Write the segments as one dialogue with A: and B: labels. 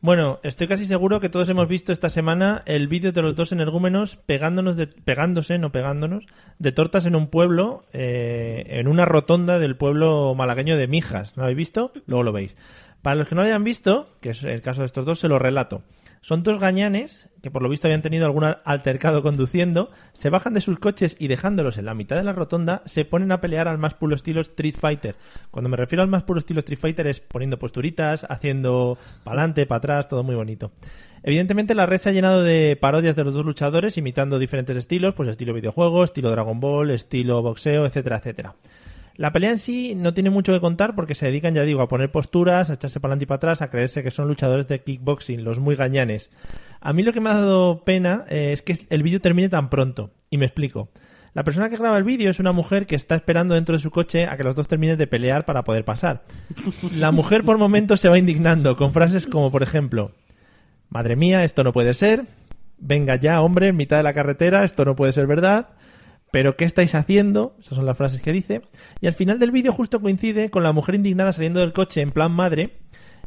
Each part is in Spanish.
A: Bueno, estoy casi seguro que todos hemos visto esta semana el vídeo de los dos energúmenos pegándonos de- pegándose, no pegándonos, de tortas en un pueblo, eh, en una rotonda del pueblo malagueño de Mijas. ¿No lo habéis visto? Luego lo veis. Para los que no lo hayan visto, que es el caso de estos dos, se lo relato. Son dos gañanes que por lo visto habían tenido algún altercado conduciendo, se bajan de sus coches y dejándolos en la mitad de la rotonda, se ponen a pelear al más puro estilo Street Fighter. Cuando me refiero al más puro estilo Street Fighter es poniendo posturitas, haciendo pa'lante, para atrás, todo muy bonito. Evidentemente la red se ha llenado de parodias de los dos luchadores imitando diferentes estilos, pues estilo videojuego, estilo Dragon Ball, estilo boxeo, etcétera, etcétera. La pelea en sí no tiene mucho que contar porque se dedican, ya digo, a poner posturas, a echarse para adelante y para atrás, a creerse que son luchadores de kickboxing, los muy gañanes. A mí lo que me ha dado pena eh, es que el vídeo termine tan pronto. Y me explico. La persona que graba el vídeo es una mujer que está esperando dentro de su coche a que los dos terminen de pelear para poder pasar. La mujer por momentos se va indignando con frases como, por ejemplo, Madre mía, esto no puede ser. Venga ya, hombre, en mitad de la carretera, esto no puede ser verdad. Pero ¿qué estáis haciendo? Esas son las frases que dice. Y al final del vídeo justo coincide con la mujer indignada saliendo del coche en plan madre.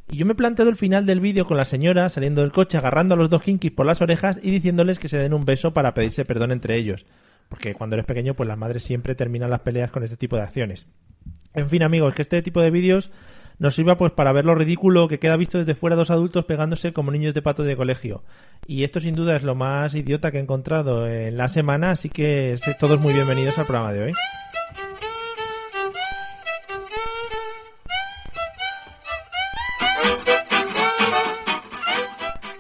A: Y yo me he planteado el final del vídeo con la señora saliendo del coche, agarrando a los dos kinkis por las orejas y diciéndoles que se den un beso para pedirse perdón entre ellos. Porque cuando eres pequeño, pues las madres siempre terminan las peleas con este tipo de acciones. En fin, amigos, que este tipo de vídeos nos sirva pues para ver lo ridículo que queda visto desde fuera dos adultos pegándose como niños de pato de colegio. Y esto sin duda es lo más idiota que he encontrado en la semana, así que sed todos muy bienvenidos al programa de hoy.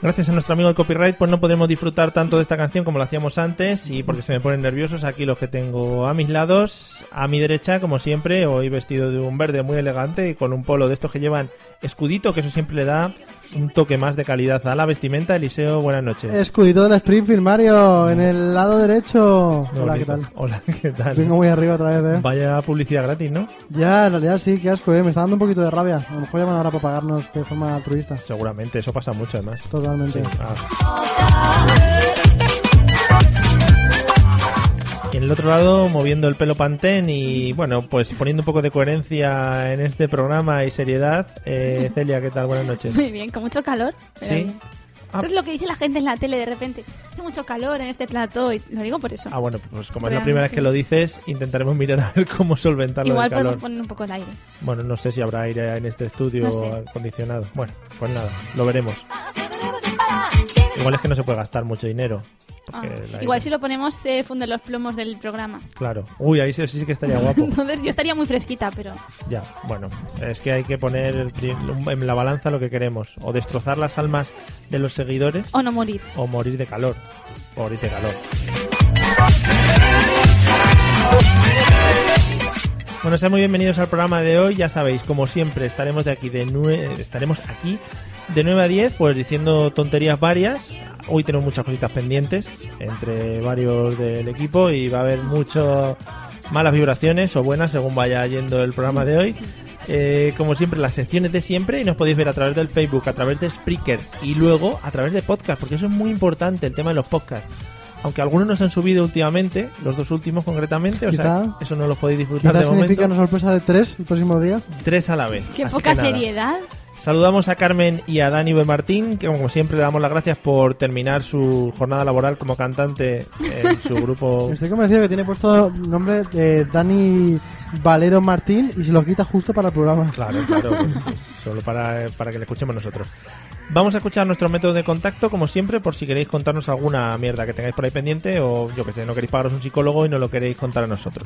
A: Gracias a nuestro amigo el copyright, pues no podremos disfrutar tanto de esta canción como lo hacíamos antes y porque se me ponen nerviosos aquí los que tengo a mis lados, a mi derecha como siempre, hoy vestido de un verde muy elegante y con un polo de estos que llevan escudito, que eso siempre le da un toque más de calidad a la vestimenta. Eliseo, buenas noches.
B: Escudito del Springfield, Mario, en el lado derecho.
A: Muy
B: Hola, ¿qué
A: bonito.
B: tal?
A: Hola, ¿qué tal?
B: Vengo muy arriba otra vez, eh.
A: Vaya publicidad gratis, ¿no?
B: Ya, en realidad sí, qué asco, eh. Me está dando un poquito de rabia. A lo mejor llaman ahora para pagarnos de forma altruista.
A: Seguramente, eso pasa mucho además.
B: Totalmente.
A: Ah. Y en el otro lado, moviendo el pelo pantén y, bueno, pues poniendo un poco de coherencia en este programa y seriedad, eh, Celia, ¿qué tal? Buenas noches.
C: Muy bien, con mucho calor. pero
A: ¿Sí?
C: bien.
A: Ah.
C: Esto es lo que dice la gente en la tele de repente. Hace mucho calor en este plató y lo digo por eso.
A: Ah, bueno, pues como es la
C: Realmente.
A: primera vez que lo dices, intentaremos mirar a ver cómo solventarlo
C: Igual
A: del calor.
C: podemos poner un poco de aire.
A: Bueno, no sé si habrá aire en este estudio
C: No sé.
A: acondicionado. Bueno, pues nada, lo veremos. Igual es que no se puede gastar mucho dinero.
C: Ah,
A: porque el aire-
C: Igual si lo ponemos se funden los plomos del programa.
A: Claro. Uy, ahí sí, sí que estaría guapo.
C: Entonces yo estaría muy fresquita, pero
A: Ya, bueno, es que hay que poner el pri- en la balanza lo que queremos. O destrozar las almas de los seguidores
C: o no morir.
A: o morir de calor. Morir de calor. Bueno, sean muy bienvenidos al programa de hoy. Ya sabéis, como siempre, estaremos de aquí de nue- estaremos aquí de 9 a 10, pues diciendo tonterías varias. Hoy tenemos muchas cositas pendientes entre varios del equipo y va a haber mucho malas vibraciones o buenas según vaya yendo el programa de hoy. Eh, como siempre, las secciones de siempre y nos podéis ver a través del Facebook, a través de Spreaker y luego a través de podcast, porque eso es muy importante, el tema de los podcasts. Aunque algunos nos han subido últimamente, los dos últimos concretamente, o sea,
B: Quizá-
A: eso no los podéis disfrutar de
B: Quizás
A: momento
B: significa una sorpresa de tres el próximo día.
A: tres a la vez.
C: Qué
A: Así
C: poca
A: que nada.
C: seriedad.
A: Saludamos a Carmen y a Dani B. Martín, que como siempre le damos las gracias por terminar su jornada laboral como cantante en su grupo.
B: Estoy convencido que tiene puesto nombre de Dani Valero Martín y se lo quita justo para el programa.
A: Claro, claro, pues, sí, solo para, para que le escuchemos nosotros. Vamos a escuchar nuestro método de contacto, como siempre, por si queréis contarnos alguna mierda que tengáis por ahí pendiente o yo que sé, no queréis pagaros un psicólogo y no lo queréis contar a nosotros.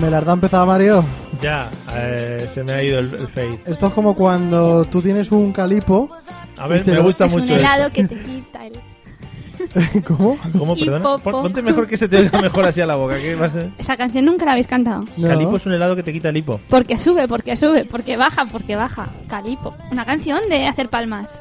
B: Me las da empezado Mario.
A: Ya, eh, se me ha ido el, el fade.
B: Esto es como cuando tú tienes un calipo.
A: A ver,
B: Dice,
A: me
B: no,
A: gusta
C: es un
A: mucho
C: helado que te quita el...
B: ¿Cómo?
A: esto. ¿Cómo,
C: Y
A: perdona?
C: popo.
A: Pon- Ponte mejor que se te oiga mejor hacia la boca. ¿Qué va a ser?
C: Esa canción nunca la habéis cantado.
B: No.
A: Calipo es un helado que te quita el hipo.
C: Porque sube, porque sube, porque baja, porque baja. Calipo. Una canción de hacer palmas.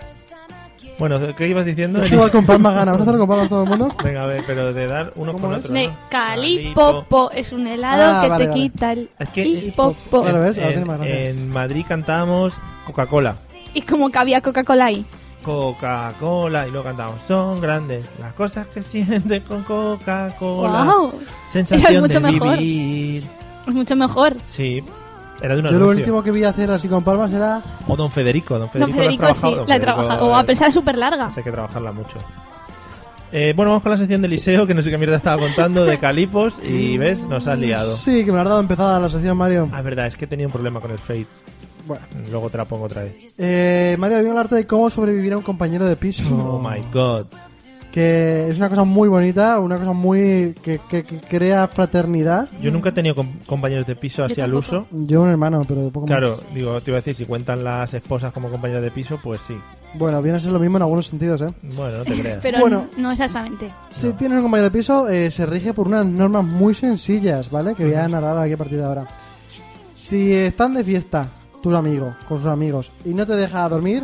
A: Bueno, ¿qué ibas diciendo?
B: Vamos a jugar con palmas ganas. Vamos a hacerlo con palmas todo el mundo.
A: Venga, a ver, pero de dar uno
B: ¿Cómo
A: con
B: es?
A: otro.
C: De
A: ¿no?
C: calipo, po, es un helado
B: Ah,
C: que
B: vale,
C: te
B: vale.
C: quita el
A: Es que-
C: hipo, po.
B: Ahora ves, ahora
A: En,
B: tiene más gracia.
A: en Madrid cantábamos Coca-Cola.
C: Y como que había Coca-Cola ahí.
A: Coca-Cola. Y luego cantábamos Son grandes las cosas que sientes con Coca-Cola.
C: ¡Wow!
A: Sensación
C: Es mucho
A: de
C: mejor.
A: vivir.
C: Es pues mucho mejor.
A: Sí. Era de una
B: Yo lo último que vi hacer así con palmas era.
A: O Don Federico. Don Federico,
C: Don
A: lo has
C: Federico sí,
A: trabajado. Don
C: la he
A: Federico,
C: trabajado. O
A: eh,
C: a pesar súper larga.
A: Hay que trabajarla mucho. Eh, bueno, vamos con la sección de Liceo, que no sé qué mierda estaba contando, de Calipos, y ves, nos has liado.
B: Sí, que me las ha dado empezada la sección Mario.
A: Ah, es verdad, es que he tenido un problema con el Fade.
B: Bueno.
A: Luego te la pongo otra vez.
B: Eh, Mario, voy a hablarte de cómo sobrevivir a un compañero de piso.
A: Oh my god.
B: Que es una cosa muy bonita, una cosa muy. que, que- que crea fraternidad.
A: Yo nunca he tenido com- compañeros de piso así al uso.
B: Yo, un hermano, pero poco más.
A: Claro, digo, te iba a decir, si cuentan las esposas como compañeros de piso, pues sí.
B: Bueno, viene a ser lo mismo en algunos sentidos, ¿eh?
A: Bueno, no te creas.
C: Pero
B: Bueno.
C: no exactamente.
B: Si tienes un compañero de piso, eh, se rige por unas normas muy sencillas, ¿vale? Que voy a narrar aquí a partir de ahora. Si están de fiesta, tus amigos, con sus amigos, y no te deja dormir,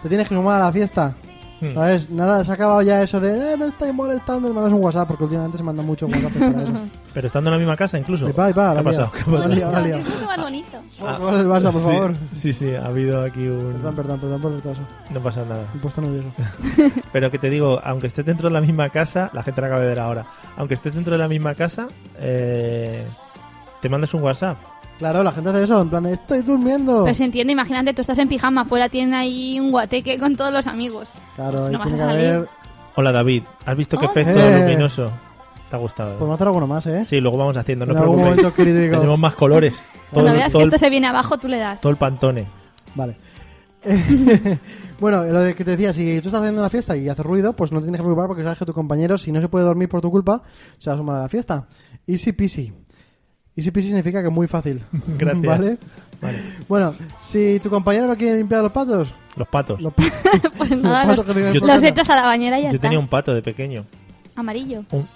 B: te tienes que sumar a la fiesta.
A: Hmm.
B: ¿Sabes? Nada, se ha acabado ya eso de, eh, me estáis molestando, y mandas un WhatsApp, porque últimamente se manda mucho WhatsApp para eso.
A: Pero estando en la misma casa, incluso.
B: Y va, y va,
A: ¿Qué ha
B: la liado.
A: pasado? ¿Qué ha pasado?
B: La liado, la
C: No,
B: liado.
C: es mucho más bonito.
A: Ah,
B: Por favor, del Barça, por
A: sí,
B: favor.
A: Sí, sí, ha habido aquí
B: Perdón,
A: un.
B: perdón, perdón por el retraso.
A: No pasa nada.
B: Me he puesto nervioso.
A: Pero que te digo, aunque estés dentro de la misma casa, la gente la acaba de ver ahora, aunque estés dentro de la misma casa, eh, te mandas un WhatsApp.
B: Claro, la gente hace eso, en plan, de, estoy durmiendo.
C: Pero se entiende, imagínate, tú estás en pijama, afuera tienen ahí un guateque con todos los amigos.
B: Claro,
C: pues
B: ahí
C: no vas
B: tiene que
C: a salir.
B: haber...
A: Hola David, ¿has visto qué
C: Hola.
A: efecto
B: Eh.
A: luminoso? ¿Te ha gustado?
B: Podemos hacer alguno más, ¿eh?
A: Sí, luego vamos haciendo, no
B: en
A: os
B: algún
A: preocupéis.
B: momento crítico.
A: Tenemos más colores. Todo,
C: Cuando
A: el-
C: veas
A: todo
C: que
A: el,
C: esto se viene abajo, tú le das.
A: todo el pantone.
B: Vale. bueno, lo de que te decía, si tú estás haciendo una fiesta y hace ruido, pues no te tienes que preocupar porque sabes que tu compañero, si no se puede dormir por tu culpa, se va a sumar a la fiesta. Easy peasy. Easy peasy significa que muy fácil.
A: Gracias.
B: ¿Vale?
A: Vale.
B: Bueno, si tu compañero no quiere limpiar los patos,
A: Los patos.
B: los, pa-
C: pues
B: los
C: nada,
B: patos
C: los,
B: que tengas
A: Yo-
B: por
C: los
B: casa.
C: echas a la bañera y ya
A: Yo
C: está.
A: tenía un pato de pequeño.
C: Amarillo.
A: Un,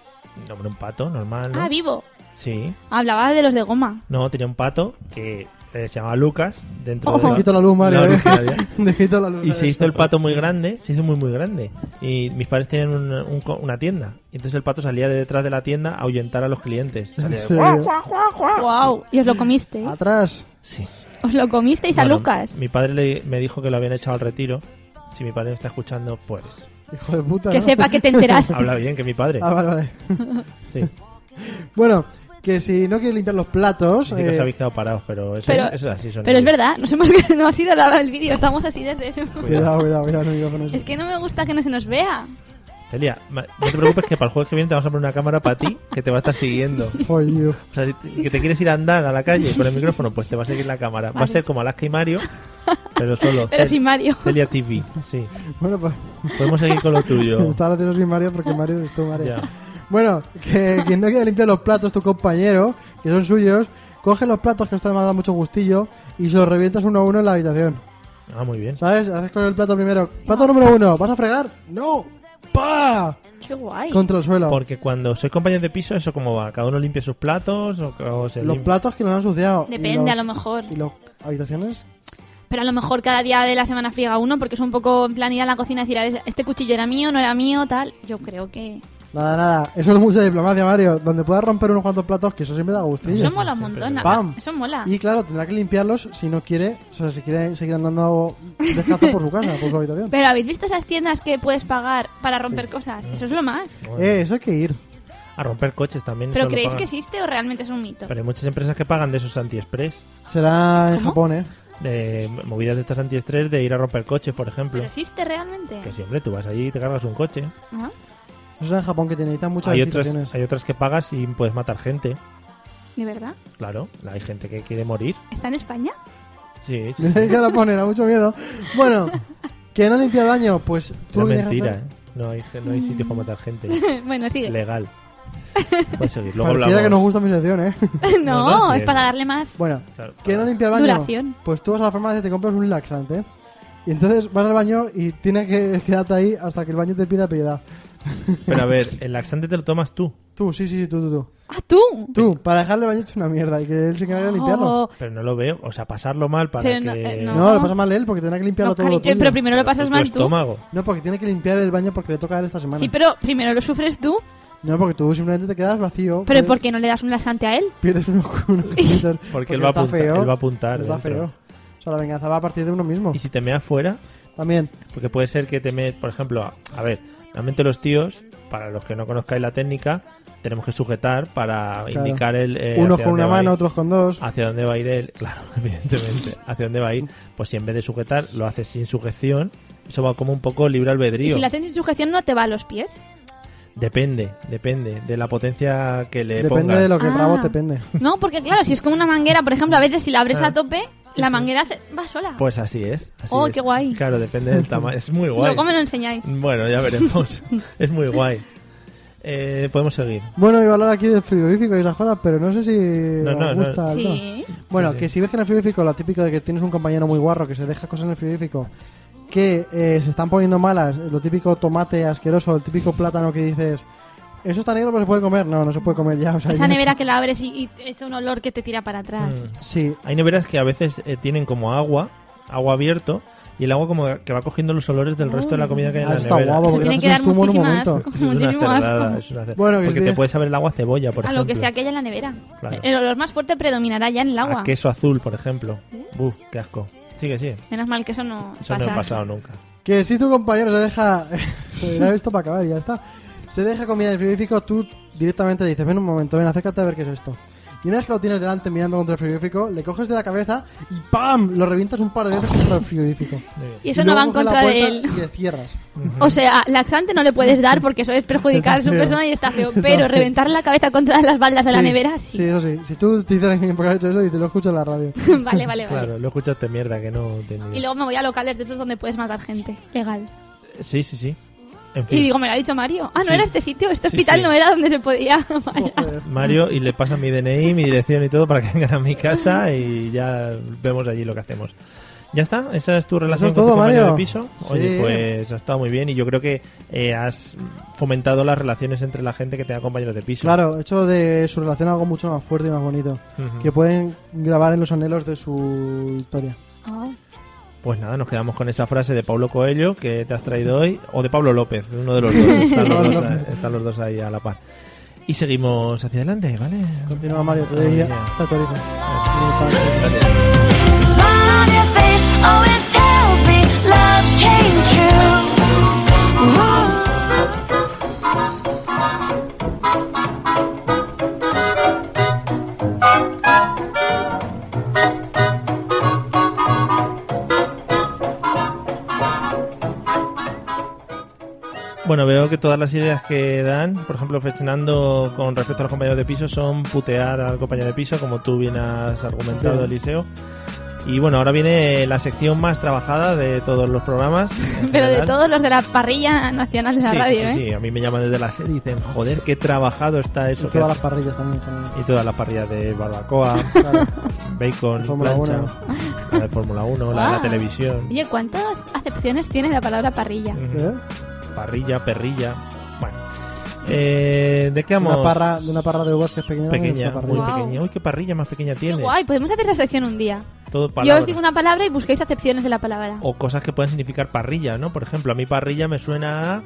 A: no, hombre, un pato normal. ¿no?
C: Ah, vivo.
A: sí.
C: Hablaba de los de goma.
A: No, tenía un pato que eh, se llamaba Lucas. Dentro de
B: Te quito la luz, Mario.
A: la
B: ¿eh?
A: originalidad.
B: Te quito la luz.
A: Y se hizo el pato muy grande, se hizo muy muy grande. Y mis padres tenían un- un co- una tienda. Y entonces el pato salía de detrás de la tienda a ahuyentar a los clientes. Salía de-
B: Ah, Sí. Ah.
C: Wow, y os lo comiste. ¿eh?
B: Atrás.
A: Sí.
C: Os lo comisteis a
A: Bueno,
C: Lucas.
A: Mi padre le- me dijo que lo habían echado al retiro. Si mi padre me está escuchando, pues
B: Hijo de puta.
C: Que
B: ¿no?
C: sepa que te enteraste.
A: habla bien que mi padre.
B: Ah, vale, vale.
A: Sí.
B: Bueno, que si no quiere limpiar los platos.
A: Así que os
B: eh,
A: habéis quedado parados, pero eso,
C: pero-
A: es, eso es así. Son
C: Pero es
A: ellos.
C: verdad, nos hemos, no ha sido la, el vídeo, estamos así desde ese momento.
B: Cuidado, cuidado, cuidado, no digo con eso.
C: Es que no me gusta que no se nos vea.
A: Celia, ma- no te preocupes que para el jueves que viene te vamos a poner una cámara para ti que te va a estar siguiendo.
B: For you.
A: O sea, si te, que te quieres ir a andar a la calle con el micrófono, pues te va a seguir la cámara. Va a
C: Vale.
A: ser como Alaska y Mario, pero solo.
C: Pero
A: Cel-
C: sin Mario.
A: Celia TV, sí.
B: Bueno, pues
A: Podemos seguir con lo tuyo.
B: está gracioso sin Mario porque Mario es tu Mario.
A: Ya.
B: Bueno, que quien no quiere limpiar los platos, tu compañero, que son suyos, coge los platos que os te han dado mucho gustillo y se los revientas uno a uno en la habitación.
A: Ah, muy bien.
B: ¿Sabes? Haces con el plato primero. Plato número uno, ¿vas a fregar? ¡No! ¡Pa!
C: Qué guay.
B: Contra el suelo.
A: Porque cuando sois compañeros de piso, ¿eso cómo va? ¿Cada uno limpia sus platos o, o se
B: Los
A: lim-
B: platos que nos han ensuciado. y
C: Depende,
B: los-
C: a lo mejor.
B: ¿Y las habitaciones?
C: Pero a lo mejor cada día de la semana friega uno porque es un poco en plan ir a la cocina y decir, "A ver, este cuchillo era mío, no era mío, tal. Yo creo que
B: Nada, nada. Eso es mucho de diplomacia, Mario. Donde puedas romper unos cuantos platos, que eso sí me da gustillo.
C: Eso mola un montón.
B: da. Pam.
C: Eso mola.
B: Y claro, tendrá que limpiarlos si no quiere, o sea, si quiere seguir andando descalzo por su casa, por su habitación.
C: Pero ¿habéis visto esas tiendas que puedes pagar para romper cosas? Eso es lo más.
B: Eh, eso hay que ir.
A: A romper coches también.
C: ¿Pero
A: eso lo
C: creéis
A: pagan.
C: que existe o realmente es un mito?
A: Pero hay muchas empresas que pagan de esos anti-express.
B: Será en
C: ¿Cómo?
B: Japón, ¿eh?
A: De movidas de estas anti-estrés de ir a romper coches, por ejemplo.
C: ¿Pero existe realmente?
A: Que siempre tú vas allí y te cargas un coche.
C: Ah,
B: Eso será en Japón que tiene necesitan muchas
A: Hay otras,
B: licitaciones.
A: hay otras que pagas y puedes matar gente.
C: ¿De verdad?
A: Claro, hay gente que quiere morir.
C: ¿Está en España?
A: Sí, sí.
B: Mira que la ponen, da mucho miedo. Bueno, que no limpia el baño, pues tú
A: Era
B: tienes que
A: mentira,
B: hacer-
A: ¿eh? No hay, no hay sitio para matar gente.
C: bueno, sigue.
A: Legal. Puedes seguir. Luego
B: Pareciera
A: hablamos.
B: que nos gusta mi sección, ¿eh?
C: no,
A: no, sí,
C: es
A: es-
C: para darle más...
B: Bueno,
A: Claro,
B: que no
A: para-
B: limpia el baño.
C: Duración.
B: Pues tú vas a la farmacia y te compras un laxante. Y entonces vas al baño y tienes que quedarte ahí hasta que el baño te pida piedad.
A: Pero a ver, el laxante te lo tomas tú.
B: Tú, sí, sí, sí, tú, tú, tú.
C: ¡Ah, tú!
B: Tú, para dejarle el baño hecho una mierda y que él se encargue de limpiarlo.
C: Oh,
A: Pero no lo veo. O sea, pasarlo mal para
C: Pero no,
A: que...
C: eh,
B: No,
C: No.
B: lo pasa mal él porque tendrá que limpiarlo
C: no,
B: todo.
C: cari-
B: lo tuyo.
C: eh, pero primero lo pasas
A: tu
C: mal tú.
A: estómago.
B: No, porque tiene que limpiar el baño porque le toca a él esta semana.
C: Sí, pero primero lo sufres tú.
B: No, porque tú simplemente te quedas vacío.
C: ¿Pero
B: pierdes-
C: por qué no le das un laxante a él?
B: Pierdes unos unos cubitos.
A: Porque él va a
B: está
A: apuntar-
B: feo.
A: él va a apuntar
B: Está
A: dentro.
B: feo. O sea, la venganza va a partir de uno mismo.
A: Y si te meas fuera,
B: También.
A: porque puede ser que te mees, por ejemplo, a, a ver, realmente los tíos, para los que no conozcáis la técnica, tenemos que sujetar para
B: Claro.
A: indicar el... eh,
B: unos
A: hacia
B: con
A: dónde
B: una
A: va a
B: mano,
A: ir.
B: otros con dos.
A: hacia dónde va a ir él, claro, evidentemente, hacia dónde va a ir, pues si en vez de sujetar lo haces sin sujeción, eso va como un poco libre
C: Y
A: albedrío.
C: si le haces sujeción no te va a los pies.
A: Depende, depende de la potencia que le
B: Depende
A: pongas.
B: de lo que
C: Ah.
B: bravo depende.
C: No, porque claro, si es como una manguera, por ejemplo, a veces si la abres a tope, la manguera se- va sola.
A: Pues así es. así
C: Oh,
A: es.
C: qué guay.
A: Claro, depende del tamaño. Es muy guay.
C: Luego me lo enseñáis.
A: Bueno, ya veremos. es muy guy podemos seguir.
B: Bueno, iba a hablar aquí del frigorífico y esas cosas, pero no sé si
A: No, no,
B: os
A: no.
B: gusta. el tema.
C: Sí.
B: Bueno,
A: Sí, sí.
B: que si ves que en el frigorífico lo típico de que tienes un compañero muy guarro que se deja cosas en el frigorífico que eh, se están poniendo malas, lo típico tomate asqueroso, el típico plátano que dices, eso está negro pero se puede comer. No, no se puede comer ya. O sea,
C: Esa
B: ya-
C: nevera que la abres y, y echa un olor que te tira para
A: Mm.
C: atrás.
B: Sí,
A: Hay neveras que a veces eh, tienen como agua, agua abierto, y el agua como que va cogiendo los olores del resto de la comida que hay en
B: Ah,
A: la
B: eso está
A: nevera.
B: guapo,
C: Eso
B: porque
C: tiene
B: no
C: que
B: haces
C: dar
B: zumo en un
C: muchísimo
B: momento.
C: asco,
A: Eso es una
C: muchísimo
A: cerrada,
C: asco.
A: es una cer-
B: Bueno, que
A: porque
B: sí.
A: te puede saber el agua a cebolla, por
C: A
A: ejemplo.
C: lo que sea que haya en la nevera.
A: Claro. Ah,
C: El olor más fuerte predominará ya en el agua. ¿Eh?
A: A queso azul, por ejemplo. Uh, qué asco. Sigue, sigue.
C: Menos mal que eso no
A: Eso
C: pasa.
A: no ha pasado nunca.
B: Que si tu compañero se deja. Joder, esto para acabar, y ya está. Se deja comida en el frigorífico, tú directamente le dices: Ven un momento, ven, acércate a ver qué es esto. Y una vez que lo tienes delante mirando contra el frigorífico, le coges de la cabeza y ¡pam! Lo revientas un par de veces contra el frigorífico.
C: Y eso
B: Y
C: no
B: luego
C: va en
B: coges la
C: contra de él.
B: puerta Y le cierras.
C: O sea, laxante no le puedes dar porque eso es perjudicar a
B: Está
C: su
B: feo.
C: persona y está feo.
B: Está
C: Pero
B: feo.
C: reventar la cabeza contra las baldas de la nevera, sí.
B: Sí, eso sí. Si tú te dices a alguien por qué has hecho eso y te lo escuchas en la radio.
C: vale, vale, vale.
A: Claro, lo escuchaste mierda, que no tenía.
C: Y luego me voy a locales de esos donde puedes matar gente. Legal.
A: Sí, sí, sí. En fin.
C: Y digo, me lo ha dicho Mario. Ah, no
A: Sí.
C: era este sitio, este
A: Sí,
C: hospital
A: sí.
C: no era donde se podía. Vaya.
B: Joder.
A: Mario y le pasa mi DNI, mi dirección y todo para que vengan a mi casa y ya vemos allí lo que hacemos. ¿Ya está? ¿Esa es tu relación
B: es
A: con tu
B: todo,
A: compañero
B: Mario.
A: de piso?
B: Sí.
A: Oye, pues ha estado muy bien y yo creo que eh, has fomentado las relaciones entre la gente que tenga compañeros de piso.
B: Claro, he hecho de su relación algo mucho más fuerte y más bonito.
A: Ujú.
B: Que pueden grabar en los anhelos de su historia.
C: Oh.
A: Pues nada, nos quedamos con esa frase de Pablo Coelho que te has traído hoy, o de Pablo López, uno de los dos. Están los dos, están los dos ahí a la par. Y seguimos hacia adelante, ¿vale?
B: Continúa, Mario, te doy
A: Ay, mía.
B: te autorizo.
A: Gracias.
D: The smile on your face always tells me love came true. Ooh.
A: Bueno, veo que todas las ideas que dan, por ejemplo, Fernando, con respecto a los compañeros de piso, son putear al compañero de piso, como tú bien has argumentado,
B: Sí.
A: Eliseo. Y bueno, ahora viene la sección más trabajada de todos los programas. en
C: Pero de
A: general.
C: todos los de la parrilla nacional de la
A: Oh, Sí,
C: radio,
A: sí, sí,
C: ¿eh?
A: sí. A mí me llaman desde la sede y dicen, joder, qué trabajado está
B: Y
A: eso. que
B: todas las
A: haces".
B: parrillas también. también.
A: Y todas las parrillas de barbacoa,
B: Claro.
A: bacon,
B: Fórmula
A: plancha, la de Fórmula 1, la de la
C: Ah.
A: televisión,
C: Oye, ¿cuántas acepciones tiene la palabra parrilla?
A: ujú,
B: ¿Eh?
A: parrilla, perrilla. Bueno, eh, ¿de qué
B: De
A: vamos?
B: una parra, de una parra de uvas que es pequeña.
A: pequeña, muy
B: es una parrilla.
C: Guau.
A: pequeña. Uy, qué parrilla más pequeña
C: Qué
A: tiene.
C: guay, podemos hacer esa sección un día.
A: Todo
C: Yo
A: palabras.
C: os digo una palabra y busquéis acepciones de la palabra.
A: O cosas que pueden significar parrilla, ¿no? Por ejemplo, a mí parrilla me suena a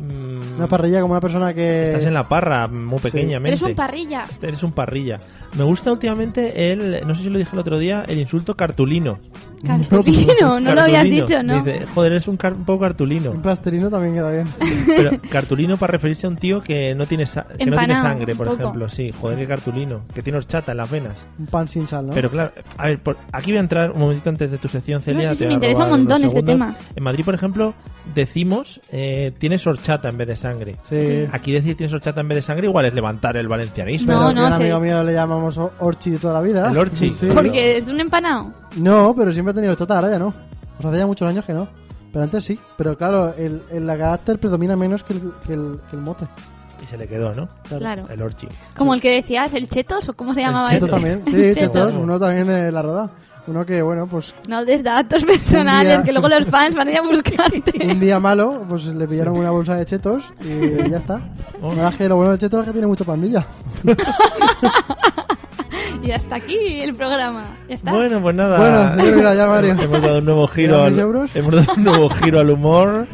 A: mm,
B: Una parrilla como una persona que...
A: Estás en la parra, muy pequeñamente. Este,
C: Eres un parrilla.
A: Eres un parrilla. Me gusta últimamente el, no sé si lo dije el otro día, el insulto cartulino.
C: Cartulino, no lo habías
A: Cartulino.
C: dicho, ¿no?
A: Dice, joder, eres un, car- un poco cartulino.
B: Un plasterino también queda bien.
A: Pero cartulino para referirse a un tío que no tiene, sa- que no tiene
C: Empanado,
A: sangre, por
C: un poco.
A: ejemplo. Sí, joder, qué cartulino. Que tiene horchata en las venas.
B: Un pan sin sal, ¿no?
A: Pero claro, a ver, por- aquí voy a entrar un momentito antes de tu sección, Celia.
C: sé si
A: te voy
C: me
A: a
C: interesa
A: robar
C: un montón
A: unos
C: este
A: segundos.
C: tema.
A: En Madrid, por ejemplo, decimos eh, tienes horchata en vez de sangre.
B: Sí.
A: Aquí decir tienes horchata en vez de sangre igual es levantar el valencianismo.
B: Pero
C: No,
B: que
C: no,
B: a un
C: sí.
B: amigo mío le llamamos o- Orchi de toda la vida.
A: El Orchi.
B: Sí.
C: Porque es de un empanado.
B: No, pero siempre he tenido chata, ahora ya no. O sea, hace ya muchos años que no. Pero antes sí. Pero claro, el, el carácter predomina menos que el, que el, que el mote.
A: Y se le quedó, ¿no?
C: Claro.
A: El orchi.
C: Como el que decías, el chetos o cómo se llamaba
A: Eh, cheto
B: Cheto
C: eso.
B: también. Sí,
C: Cheto.
B: chetos. Uno también de la roda. Uno que, bueno, pues
C: No des datos personales,
B: Un día-
C: que luego los fans van a ir a buscarte.
B: un día malo, pues le pillaron una bolsa de chetos y ya está.
A: Oh.
B: Ahora que lo bueno de chetos es que tiene mucha pandilla.
C: y hasta aquí el programa. Ya está.
A: Bueno, pues nada.
B: Bueno, yo creo que era ya, Mario.
A: Hemos dado un nuevo giro
B: ¿Eran
A: al,
B: mis euros?
A: hemos dado un nuevo giro al humor.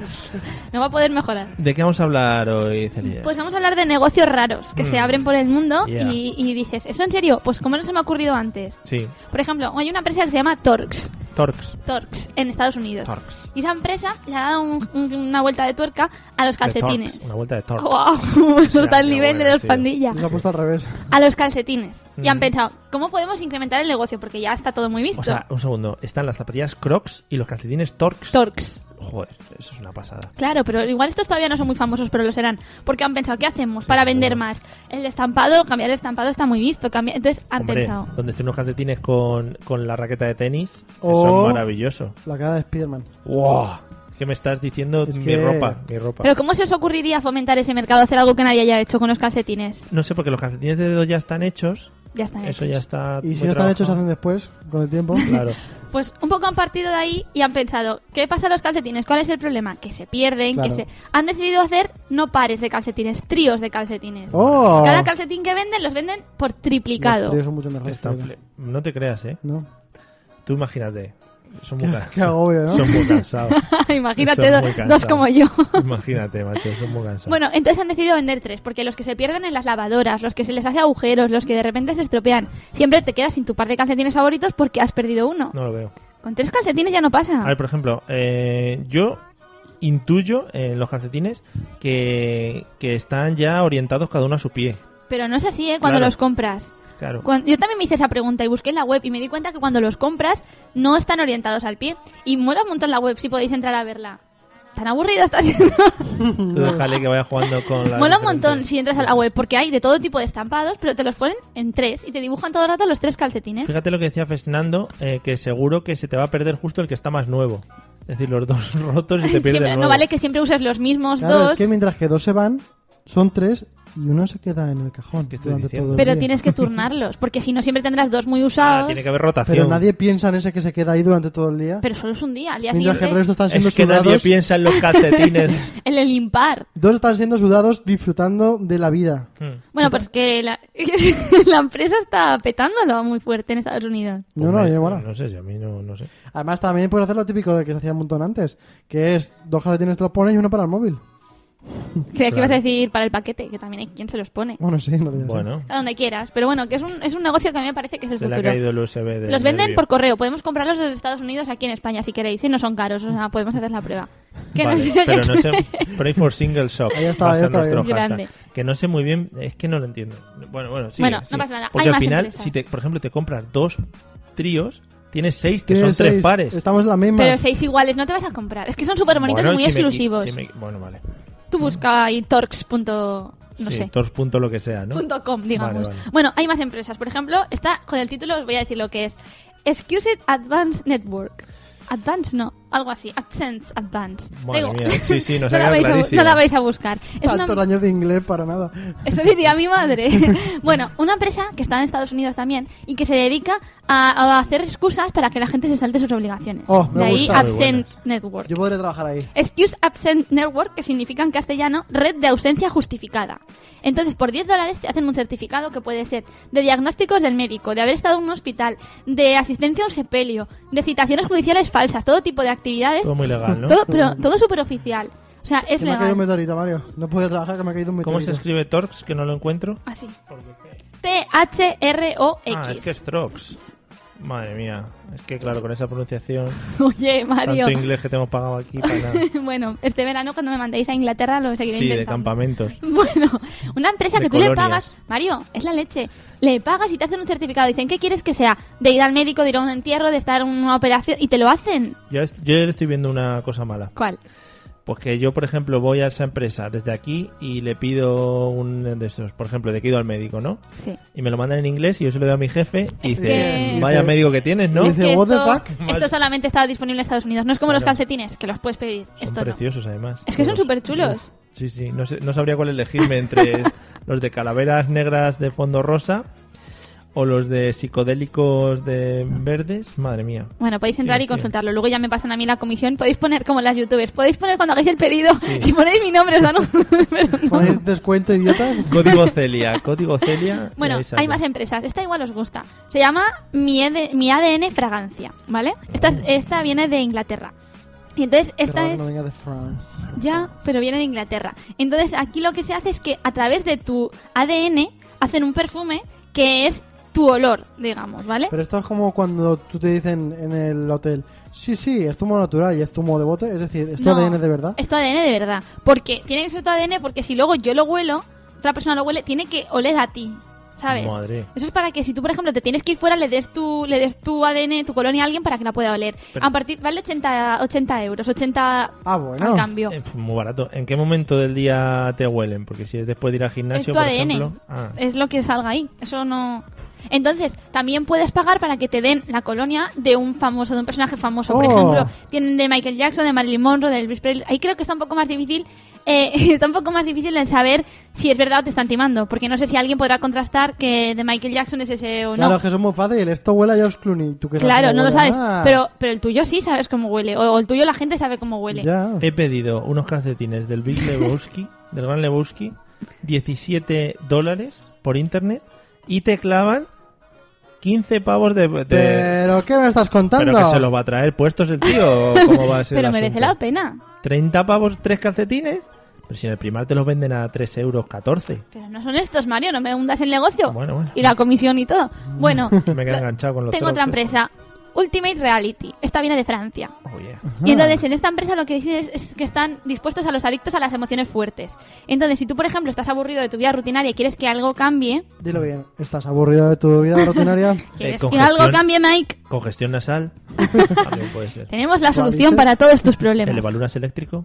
C: No va a poder mejorar.
A: ¿De qué vamos a hablar hoy, Celia?
C: Pues vamos a hablar de negocios raros que se abren por el mundo
A: Mm. Yeah.
C: y, y dices, ¿eso en serio? Pues como no se me ha ocurrido antes.
A: Sí,
C: Por ejemplo, hay una empresa que se llama Torx,
A: Torx.
C: Torx, en Estados Unidos.
A: Torx.
C: Y esa empresa le ha dado un- un- una vuelta de tuerca a los
A: De
C: calcetines. Oh,
A: Torx, Una vuelta de Torx.
C: ¡Guau! Eso
A: Ya,
C: está al
A: qué
C: nivel
A: buena,
C: de los
A: tío.
C: pandillas.
B: Lo ha puesto al revés.
C: A los calcetines. Y han
A: Mm.
C: pensado, ¿cómo podemos incrementar el negocio? Porque ya está todo muy visto.
A: O sea, un segundo. Están las zapatillas Crocs y los calcetines Torx.
C: Torx.
A: Joder, eso es una pasada.
C: Claro, pero igual estos todavía no son muy famosos, pero lo serán. Porque han pensado, ¿qué hacemos para vender
A: seguro.
C: más? El estampado, cambiar el estampado está muy visto. cambia- Entonces han
A: Hombre,
C: pensado.
A: donde estén unos calcetines con, con la raqueta de tenis, eso
B: O-
A: es maravilloso.
B: La cara de Spiderman.
A: ¡Wow! ¿Qué me estás diciendo?
B: Es
A: mi
B: que-
A: ropa, mi ropa.
C: Pero ¿cómo se os ocurriría fomentar ese mercado, hacer algo que nadie haya hecho con los calcetines?
A: No sé, porque los calcetines de dedo ya están hechos.
C: Ya está.
A: Eso ya está.
B: Y si
A: muy
B: no están hechos,
A: trabajado.
B: se hacen después, con el tiempo.
A: Claro.
C: Pues un poco han partido de ahí y han pensado, ¿qué pasa a los calcetines? ¿Cuál es el problema? Que se pierden,
B: Claro.
C: que se... Han decidido hacer no pares de calcetines, tríos de calcetines.
B: ¡Oh!
C: Cada calcetín que venden los venden por
B: Los
C: triplicado.
B: tríos son mucho mejores.
A: Están
B: pero-
A: fle- No te creas, ¿eh?
B: ¿No?
A: Tú imagínate. Son muy cansados.
B: Qué agobio, ¿no?
A: Son muy cansados.
C: Imagínate
A: Son
C: do-
A: muy
C: dos
A: cansados.
C: como yo.
A: imagínate, macho. Son muy cansados.
C: Bueno, entonces han decidido vender tres, porque los que se pierden en las lavadoras, los que se les hace agujeros, los que de repente se estropean, siempre te quedas sin tu par de calcetines favoritos porque has perdido uno.
A: No lo veo.
C: Con tres calcetines ya no pasa.
A: A ver, por ejemplo, eh, yo intuyo en los calcetines que, que están ya orientados cada uno a su pie.
C: Pero no es así, ¿eh? Cuando
A: Claro.
C: los compras.
A: Claro.
C: Cuan- yo también me hice esa pregunta y busqué en la web y me di cuenta que cuando los compras no están orientados al pie. Y mola un montón la web si podéis entrar a verla. Tan aburrida está siendo.
A: Tú déjale que vaya jugando con la.
C: mola un
A: diferente-
C: montón si entras a la web porque hay de todo tipo de estampados, pero te los ponen en tres y te dibujan todo el rato los tres calcetines.
A: Fíjate lo que decía Fernando, eh, que seguro que se te va a perder justo el que está más nuevo. Es decir, los dos rotos y te pierdes
C: Siempre-
A: el
C: no
A: nuevo.
C: vale que siempre uses los mismos
B: Claro,
C: dos,
B: es que mientras que dos se van, son tres y uno se queda en el cajón
A: ¿Qué estoy
B: durante
A: diciendo?
B: todo el
C: pero
B: día.
C: tienes que turnarlos porque si no siempre tendrás dos muy
A: Ah,
C: usados.
A: tiene que haber rotación.
B: Pero nadie piensa en ese que se queda ahí durante todo el día.
C: Pero solo es un día. Al día
B: mientras que el
C: siguiente,
B: resto están siendo
A: es que
B: sudados.
A: nadie piensa en los calcetines.
C: el, el impar.
B: Dos están siendo sudados disfrutando de la vida.
C: Bueno, pues que la, la empresa está petándolo muy fuerte en Estados Unidos.
B: No, no,
A: Hombre,
B: yo mola.
A: No sé si a mí no, no sé.
B: Además, también puedes hacer lo típico de que se hacía un montón antes, que es dos calcetines te los pones y uno para el móvil.
C: Creía que ibas a decir para el paquete, que también hay quien se los pone.
B: Bueno, sí, no
A: Bueno,
C: A donde quieras. Pero bueno, que es un, es un negocio que a mí me parece que es el
A: se le ha
C: futuro.
A: caído el USB de.
C: Los venden por correo. Podemos comprarlos desde Estados Unidos aquí en España si queréis. Y no son caros. O sea, podemos hacer la prueba. Que no sé
A: pero
C: qué
A: no sé. Pray for single shop.
B: Ahí está,
A: va a
B: ahí
A: ser
B: está
A: nuestro
C: bien.
A: hashtag.
C: Grande.
A: Que no sé muy bien, es que no lo entiendo. Bueno, bueno, sí.
C: Bueno,
A: sí.
C: no pasa nada,
A: Porque
C: hay
A: al
C: más
A: final,
C: empresas.
A: si te, por ejemplo, te compras dos tríos, tienes seis que
B: Tienes
A: son tres
B: seis,
A: pares.
B: Estamos en la misma.
C: Pero seis iguales no te vas a comprar. Es que son súper bonitos
A: Bueno,
C: y muy
A: si me-
C: exclusivos.
A: si me- bueno, vale.
C: Tú busca ahí torx. punto- No
A: sí,
C: sé.
A: Dos punto lo que sea, ¿no?
C: punto .com, digamos.
A: Vale, vale.
C: Bueno, hay más empresas. Por ejemplo, está con el título, os voy a decir lo que es. Excused Advanced Network. Advanced no, algo así. AdSense Advanced. Da
A: Madre
C: igual.
A: mía, sí, sí, nos ha quedado
C: no, la vais a, bu-
A: clarísimo.
C: no la vais a buscar. Es una-
B: Tantos años de inglés para nada.
C: eso diría mi madre. bueno, una empresa que está en Estados Unidos también y que se dedica a, a hacer excusas para que la gente se salte sus obligaciones.
B: Oh, me
C: De ahí
B: gusta.
A: Muy
C: Absent Network.
B: Yo podré trabajar ahí.
C: Excuse Absent Network, que significa en castellano red de ausencia justificada. Entonces, por 10 dólares te hacen un certificado que puede ser de diagnósticos del médico, de haber estado en un hospital, de asistencia a un sepelio, de citaciones judiciales falsas, todo tipo de actividades.
A: Todo muy legal, ¿no?
C: Todo, pero todo súper oficial. O sea, es
B: Que me ha caído un
C: legal.
B: meteorito, Mario. No puedo trabajar, que me ha caído un
A: ¿Cómo
B: meteorito.
A: se escribe Torx? Que no lo encuentro.
C: Así. T-H-R-O-X.
A: Ah, es que es Trox. Madre mía. Es que claro, con esa pronunciación,
C: Oye, Mario.
A: tanto inglés que te hemos pagado aquí para nada.
C: bueno, este verano cuando me mandéis a Inglaterra lo seguiré
A: Sí, de
C: intentando.
A: campamentos.
C: Bueno, una empresa
A: De
C: que tú le
A: colonias.
C: pagas, Mario, es la leche. Le pagas y te hacen un certificado. Dicen, ¿qué quieres que sea? De ir al médico, de ir a un entierro, de estar en una operación. Y te lo hacen.
A: Yo, est- yo le estoy viendo una cosa mala.
C: ¿Cuál?
A: Pues que yo, por ejemplo, voy a esa empresa desde aquí y le pido un de esos, por ejemplo, de que he ido al médico, ¿no?
C: Sí.
A: Y me lo mandan en inglés y yo se lo doy a mi jefe y
C: Es
A: dice,
C: que-
A: vaya médico que tienes, ¿no?
B: Y
C: Es
A: Son
B: dice,
C: que
B: "What the
C: esto,
B: fuck?"
C: esto solamente está disponible en Estados Unidos. No es como los
A: Claro.
C: calcetines, que los puedes pedir. esto no.
A: preciosos, además.
C: Es que son
A: Todos.
C: superchulos.
A: Uf, Sí, sí. No, sé- no sabría cuál elegirme entre los de calaveras negras de fondo rosa o los de psicodélicos de verdes. Madre mía.
C: Bueno, podéis entrar
A: Sí,
C: y
A: sí.
C: consultarlo. Luego ya me pasan a mí la comisión. Podéis poner como las youtubers. Podéis poner cuando hagáis el pedido. Si ponéis mi nombre, os dan un... Pero no.
B: ¿Ponéis descuento, idiotas?
A: Código Celia, código Celia. y
C: Bueno,
A: ahí sale.
C: hay más em-, empresas. Esta igual os gusta. Se llama Mi, AD Mi ADN Fragancia, ¿vale? Esta, es- esta viene de Inglaterra. Y entonces
B: Ah. Qué raro
C: esta
B: que
C: es...
B: no venga de France.
C: Ya, pero viene de Inglaterra. Entonces aquí lo que se hace es que a través de tu ADN hacen un perfume que es tu olor, digamos, ¿vale?
B: Pero esto es como cuando tú te dicen en el hotel, sí, sí, es zumo natural y es zumo de bote, es decir, es tu
C: No,
B: ADN de verdad.
C: Es tu ADN de verdad. Porque tiene que ser tu ADN porque si luego yo lo huelo, otra persona lo huele, tiene que oler a ti, ¿sabes?
A: Madre.
C: Eso es para que si tú, por ejemplo, te tienes que ir fuera, le des tu, le des tu ADN, tu colonia a alguien para que la pueda oler.
A: Pero-
C: a partir, vale 80, 80 euros, 80
B: Ah, bueno.
C: al cambio.
A: Eh, muy barato. ¿En qué momento del día te huelen? Porque si es después de ir al
C: Es
A: gimnasio,
C: tu
A: por
C: ADN.
A: ejemplo. Ah,
C: Es lo que salga ahí. Eso no. Entonces, también puedes pagar para que te den la colonia de un famoso, de un personaje famoso. Por
B: Oh.
C: ejemplo, tienen de Michael Jackson, de Marilyn Monroe, de Elvis Presley. Ahí creo que está un poco más difícil. eh, está un poco más difícil el saber si es verdad o te están timando. Porque no sé si alguien podrá contrastar que de Michael Jackson es ese o
B: Claro,
C: no.
B: es que eso es muy fácil. Esto huele a George Clooney. ¿Tú qué sabes
C: Claro,
B: cómo
C: no lo
B: huele?
C: sabes.
B: Ah,
C: Pero, pero el tuyo sí sabes cómo huele. O, o el tuyo la gente sabe cómo huele.
B: Ya.
A: He pedido unos calcetines del Big Lebowski, del Gran Lebowski, 17 dólares por internet y te clavan 15 pavos de. de-
B: ¿Pero qué me estás contando?
A: Pero que se los va a traer puestos el tío. ¿o ¿Cómo va a ser el
C: Pero merece la
A: asunto?
C: pena.
A: 30 pavos, tres calcetines. Pero si en el primar te los venden a 3 euros 14.
C: Pero no son estos, Mario, no me hundas el negocio.
A: Bueno, bueno.
C: Y la comisión y todo. Bueno,
A: Me quedé enganchado con los
C: tengo otra
A: trotes.
C: empresa, Ultimate Reality. Esta viene de Francia.
A: Oh, yeah.
C: Y entonces en esta empresa lo que dicen es, es que están dispuestos a los adictos a las emociones fuertes. Entonces, si tú, por ejemplo, estás aburrido de tu vida rutinaria y quieres que algo
A: Eh,
C: cambie,
B: Dilo bien. ¿Estás aburrido de tu vida rutinaria?
C: quieres que
A: congestión.
C: algo cambie, Mike,
A: Congestión nasal. También puede ser.
C: tenemos la
B: dices?
C: solución para todos tus problemas.
A: El evaluras eléctrico.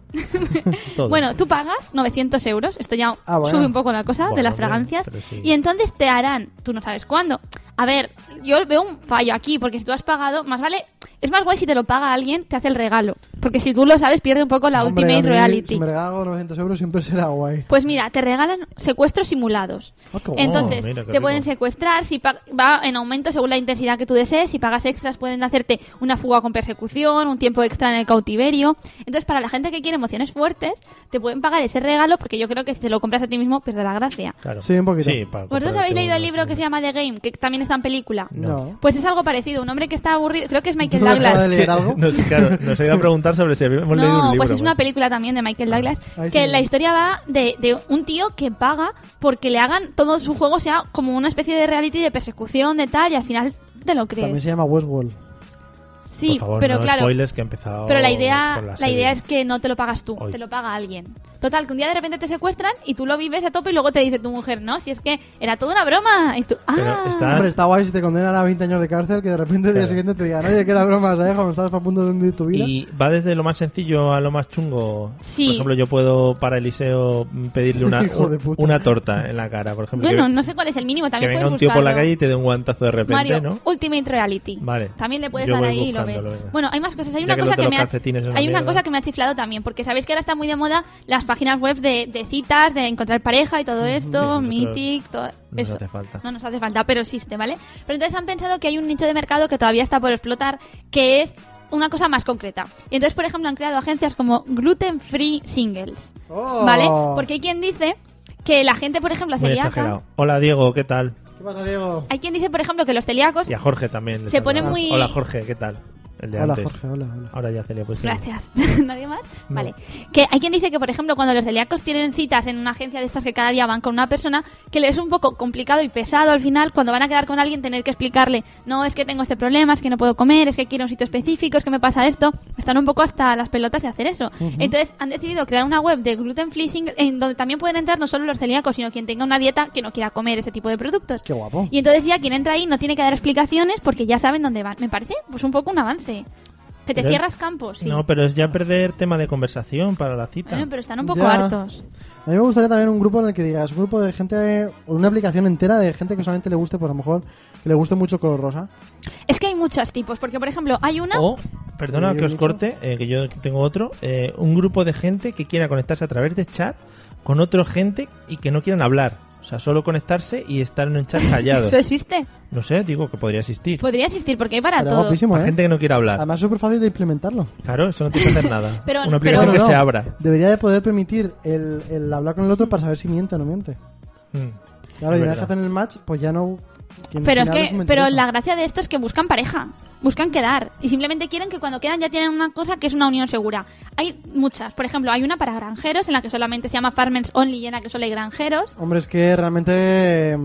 A: Todo.
C: Bueno, tú pagas 900 euros, esto ya
B: Ah, bueno.
C: sube un poco la cosa de
A: Bueno,
C: las
A: hombre,
C: fragancias,
A: pero sí.
C: y entonces te harán, tú no sabes cuándo. A ver, yo veo un fallo aquí, porque si tú has pagado, más vale, es más guay si te lo paga alguien, te hace el regalo, porque si tú lo sabes pierde un poco la
B: Hombre,
C: Ultimate
B: a mí,
C: Reality.
B: Si me regalo 900 euros siempre será guay.
C: Pues mira, te regalan secuestros simulados.
B: Ah, qué guay.
C: Entonces,
A: Oh, mira, qué
C: te pueden
A: rico.
C: secuestrar, si pa- va en aumento según la intensidad que tú desees, si pagas extras pueden hacerte una fuga con persecución, un tiempo extra en el cautiverio. Entonces, para la gente que quiere emociones fuertes, te pueden pagar ese regalo porque yo creo que si te lo compras a ti mismo pierde la gracia.
A: Claro.
B: Sí, un poquito.
A: Sí, para
C: ¿Vosotros
A: comprarte
C: habéis leído el
A: unos-
C: libro que se llama The Game, que también está en película?
B: No.
C: Pues es algo parecido, un hombre que está aburrido, creo que es Michael
B: No me acaba
C: Douglas.
B: de leer algo?
A: Nos, claro, nos ha ido a preguntar sobre si habíamos leído un
C: No,
A: libro. Ah,
C: pues es una
A: macho.
C: película también de Michael Douglas,
B: Ahí sí
C: que
B: me-
C: la historia va de, de un tío que paga porque le hagan todo su juego sea como una especie de reality de persecución, de tal, y al final te lo
B: También
C: crees.
B: se llama Westworld.
C: Sí,
A: Por favor,
C: pero
A: no
C: claro,
A: spoilers que he empezado
C: pero la idea,
A: con
C: la,
A: serie.
C: idea es que no te lo pagas tú,
A: Hoy.
C: te lo paga alguien. Total, que un día de repente te secuestran y tú lo vives a tope y luego te dice tu mujer, no, si es que era toda una broma. Y tú, ah,
A: Pero está-
B: Hombre, está guay si te condenan a 20 años de cárcel que de repente el día
A: Claro.
B: siguiente te digan, oye, que era broma, ¿sabes? Como estabas a punto de hundir tu vida.
A: Y va desde lo más sencillo a lo más chungo.
C: Sí.
A: Por ejemplo, yo puedo para Eliseo mm, pedirle una,
B: Hijo de puta.
A: una torta en la cara, por ejemplo.
C: bueno,
A: que,
C: no sé cuál es el mínimo,
A: que
C: también
A: venga
C: puedes
A: un tío por la
C: buscarlo.
A: calle y te dé un guantazo de repente,
C: Mario, oh,
A: ¿no?
C: Ultimate Reality.
A: Vale.
C: También le puedes
A: Yo
C: dar
A: voy
C: ahí y lo ves.
A: buscándolo, venga.
C: Bueno, hay más cosas. Hay
A: Ya
C: una
A: que lo
C: cosa
A: de
C: que
A: los
C: me ha,
A: calcetines es una
C: hay una
A: mierda.
C: cosa que me ha chiflado también, porque sabéis que ahora está muy de moda las páginas web de, de citas, de encontrar pareja y todo esto,
A: nosotros
C: Mythic, todo
A: no nos
C: eso.
A: hace falta.
C: No nos hace falta, pero existe, ¿vale? Pero entonces han pensado que hay un nicho de mercado que todavía está por explotar, que es una cosa más concreta. Y entonces, por ejemplo, han creado agencias como Gluten Free Singles,
B: Oh.
C: ¿vale? Porque hay quien dice que la gente, por ejemplo,
A: Muy
C: celíaca...
A: exagerado. Hola, Diego, ¿qué tal?
B: ¿Qué pasa, Diego?
C: Hay quien dice, por ejemplo, que los celíacos
A: Y a Jorge también. le
C: Se pone
A: saludamos.
C: muy-
A: Hola, Jorge, ¿qué tal? el de
B: Hola,
A: antes.
B: Jorge, hola, hola.
A: Ahora ya, Celia, pues sí.
C: Gracias. ¿Nadie más?
A: No.
C: Vale. Que hay quien dice que, por ejemplo, cuando los celíacos tienen citas en una agencia de estas que cada día van con una persona, que les es un poco complicado y pesado al final cuando van a quedar con alguien tener que explicarle, no, es que tengo este problema, es que no puedo comer, es que quiero un sitio específico, es que me pasa esto. Están un poco hasta las pelotas de hacer eso. Entonces han decidido crear una web de gluten free sing- en donde también pueden entrar no solo los celíacos, sino quien tenga una dieta que no quiera comer ese tipo de productos.
B: Qué guapo.
C: Y entonces ya quien entra ahí no tiene que dar explicaciones porque ya saben dónde van. Me parece pues un poco un avance. Que te
A: Pero-
C: cierras campos. Sí.
A: No, pero es ya perder tema de conversación para la cita.
C: Bueno, pero están un poco
B: Ya.
C: hartos.
B: A mí me gustaría también un grupo en el que digas, un grupo de gente, o una aplicación entera de gente que solamente le guste, por a lo mejor, que le guste mucho color rosa.
C: Es que hay muchos tipos, porque por ejemplo hay una...
A: O, perdona
B: Oye,
A: que os
B: mucho.
A: corte, eh, que yo tengo otro, eh, un grupo de gente que quiera conectarse a través de chat con otra gente y que no quieran hablar. O sea, solo conectarse y estar en un chat callado.
C: Eso Pues, existe.
A: No sé, digo que podría existir.
C: Podría existir, porque hay para
B: Sería
C: todo.
B: guapísimo,
A: Para
B: ¿eh?
A: gente que no quiera hablar.
B: Además, es súper fácil de implementarlo.
A: Claro, eso no tiene que hacer nada.
C: Pero-
A: Una
C: pero-
A: aplicación
B: No, no,
A: que
B: no.
A: se abra.
B: Debería de poder permitir el, el hablar con el otro para saber si miente o no miente.
A: Mm.
B: Claro,
A: Es
B: y una
A: verdad.
B: vez que hacen el match, pues ya no... quien- quien
C: Pero es
B: hable
C: que,
B: me
C: pero
B: interesa.
C: la gracia de esto es que buscan pareja, buscan quedar y simplemente quieren que cuando quedan ya tienen una cosa que es una unión segura. Hay muchas, por ejemplo, hay una para granjeros en la que solamente se llama Farmers Only y en la que solo hay granjeros.
B: Hombre, es que realmente... eh,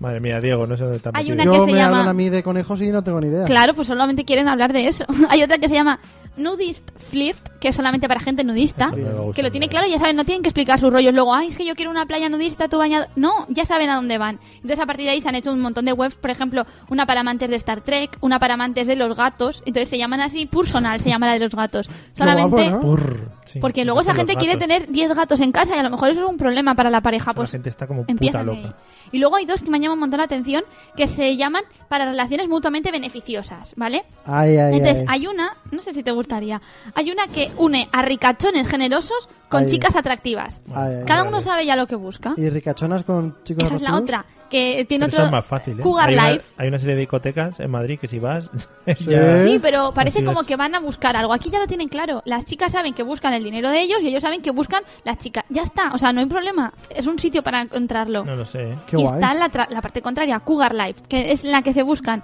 A: Madre mía, Diego, no sé dónde está
C: Hay
A: metido.
C: una que
B: Yo
C: se
B: me
C: llama-
B: hablan a mí de conejos y no tengo ni idea.
C: Claro, pues solamente quieren hablar de eso. hay otra que se llama Nudist Flirt, que es solamente para gente nudista.
A: Eso no me va a gustar
C: que lo tiene
A: nada.
C: claro, ya saben, no tienen que explicar sus rollos luego, ay, es que yo quiero una playa nudista, tú bañado. No, ya saben a dónde van. Entonces, a partir de ahí se han hecho un montón de webs, por ejemplo, una para amantes de Star Trek, una para amantes de los gatos. Entonces se llaman así, personal se llama la de los gatos. Solamente
B: guapo, ¿no?
A: Purr. Sí,
C: porque
A: sí,
C: luego esa
A: con los
C: gente quiere
A: gatos.
C: tener 10 gatos en casa y a lo mejor eso es un problema para la pareja.
A: O sea, la
C: Pues
A: gente está como puta
C: empiezan ahí.
A: loca.
C: Y luego hay dos que me han llamado un montón la atención, que se llaman para relaciones mutuamente beneficiosas, ¿vale?
B: Ay, ay,
C: Entonces,
B: ay.
C: hay una, no sé si te gustaría, hay una que une a ricachones generosos con
B: Ay.
C: chicas atractivas.
B: Ay, ay,
C: Cada
B: ay.
C: uno sabe ya lo que busca.
B: Y ricachonas con chicos
C: Esa es la
B: atractivos.
C: otra, que
A: Pero
C: tiene otro...
A: eso es más fácil. ¿eh?
C: Cougar
A: hay, una,
C: Life.
A: hay una serie de discotecas en Madrid que si vas.
B: Sí.
A: ya-
C: Sí, pero parece
A: Así
C: como
A: es.
C: que van a buscar algo. Aquí ya lo tienen claro. Las chicas saben que buscan el dinero de ellos y ellos saben que buscan las chicas. Ya está, o sea, no hay problema. Es un sitio para encontrarlo.
A: No lo sé. ¿eh?
B: Qué
C: y
B: guay.
C: está la, tra- la parte contraria, Cougar Life, que es la que se buscan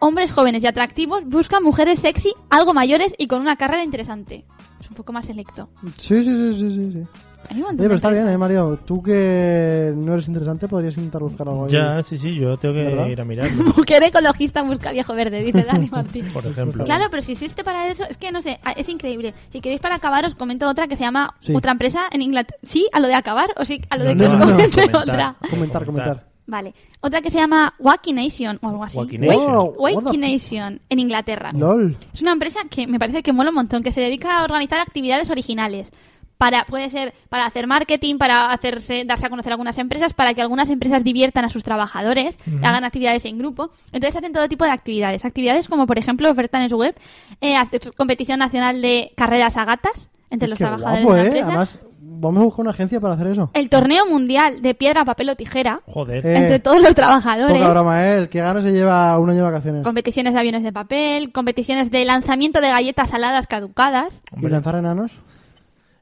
C: hombres jóvenes y atractivos, buscan mujeres sexy, algo mayores y con una carrera interesante. Es un poco más selecto.
B: Sí, sí, sí, sí, sí. sí.
C: Hay un montón
B: Oye,
C: de
B: pero está bien,
C: empresas.
B: eh, Mario. Tú que no eres interesante, podrías intentar buscar algo ahí.
A: Ya, sí, sí, yo tengo que
B: ¿Verdad?
A: ir a
B: ¿eh?
A: mirarlo,
C: Mujer ecologista busca viejo verde, dice Dani Martín.
A: por ejemplo.
C: Claro, pero si existe para eso, es que no sé, a- es increíble. Si queréis para acabar, os comento otra que se llama
B: Sí.
C: otra empresa en Inglaterra. Sí, a lo de acabar o sí, a lo de
B: no,
C: que os
B: no, no,
C: comente
A: comentar.
C: otra.
B: Comentar, comentar.
C: Vale, otra que se llama Wakination o algo así.
A: Wakination.
B: Wow, Oh, what the fuck.
C: Wakination en Inglaterra.
B: LOL.
C: Es una empresa que me parece que mola un montón, que se dedica a organizar actividades originales. Para, puede ser para hacer marketing, para hacerse, darse a conocer algunas empresas, para que algunas empresas diviertan a sus trabajadores, hagan actividades en grupo. Entonces hacen todo tipo de actividades. Actividades como, por ejemplo, ofertan en su web eh, hacer competición nacional de carreras a gatas entre los
B: Qué
C: trabajadores
B: guapo,
C: de la
B: eh.
C: empresa.
B: Además, vamos a buscar una agencia para hacer eso.
C: El torneo mundial de piedra, papel o tijera
A: Joder.
B: Eh,
C: entre todos los trabajadores.
B: Poca broma, eh. El que gana se lleva un año de vacaciones.
C: Competiciones de aviones de papel, competiciones de lanzamiento de galletas saladas caducadas.
B: ¿Y lanzar enanos?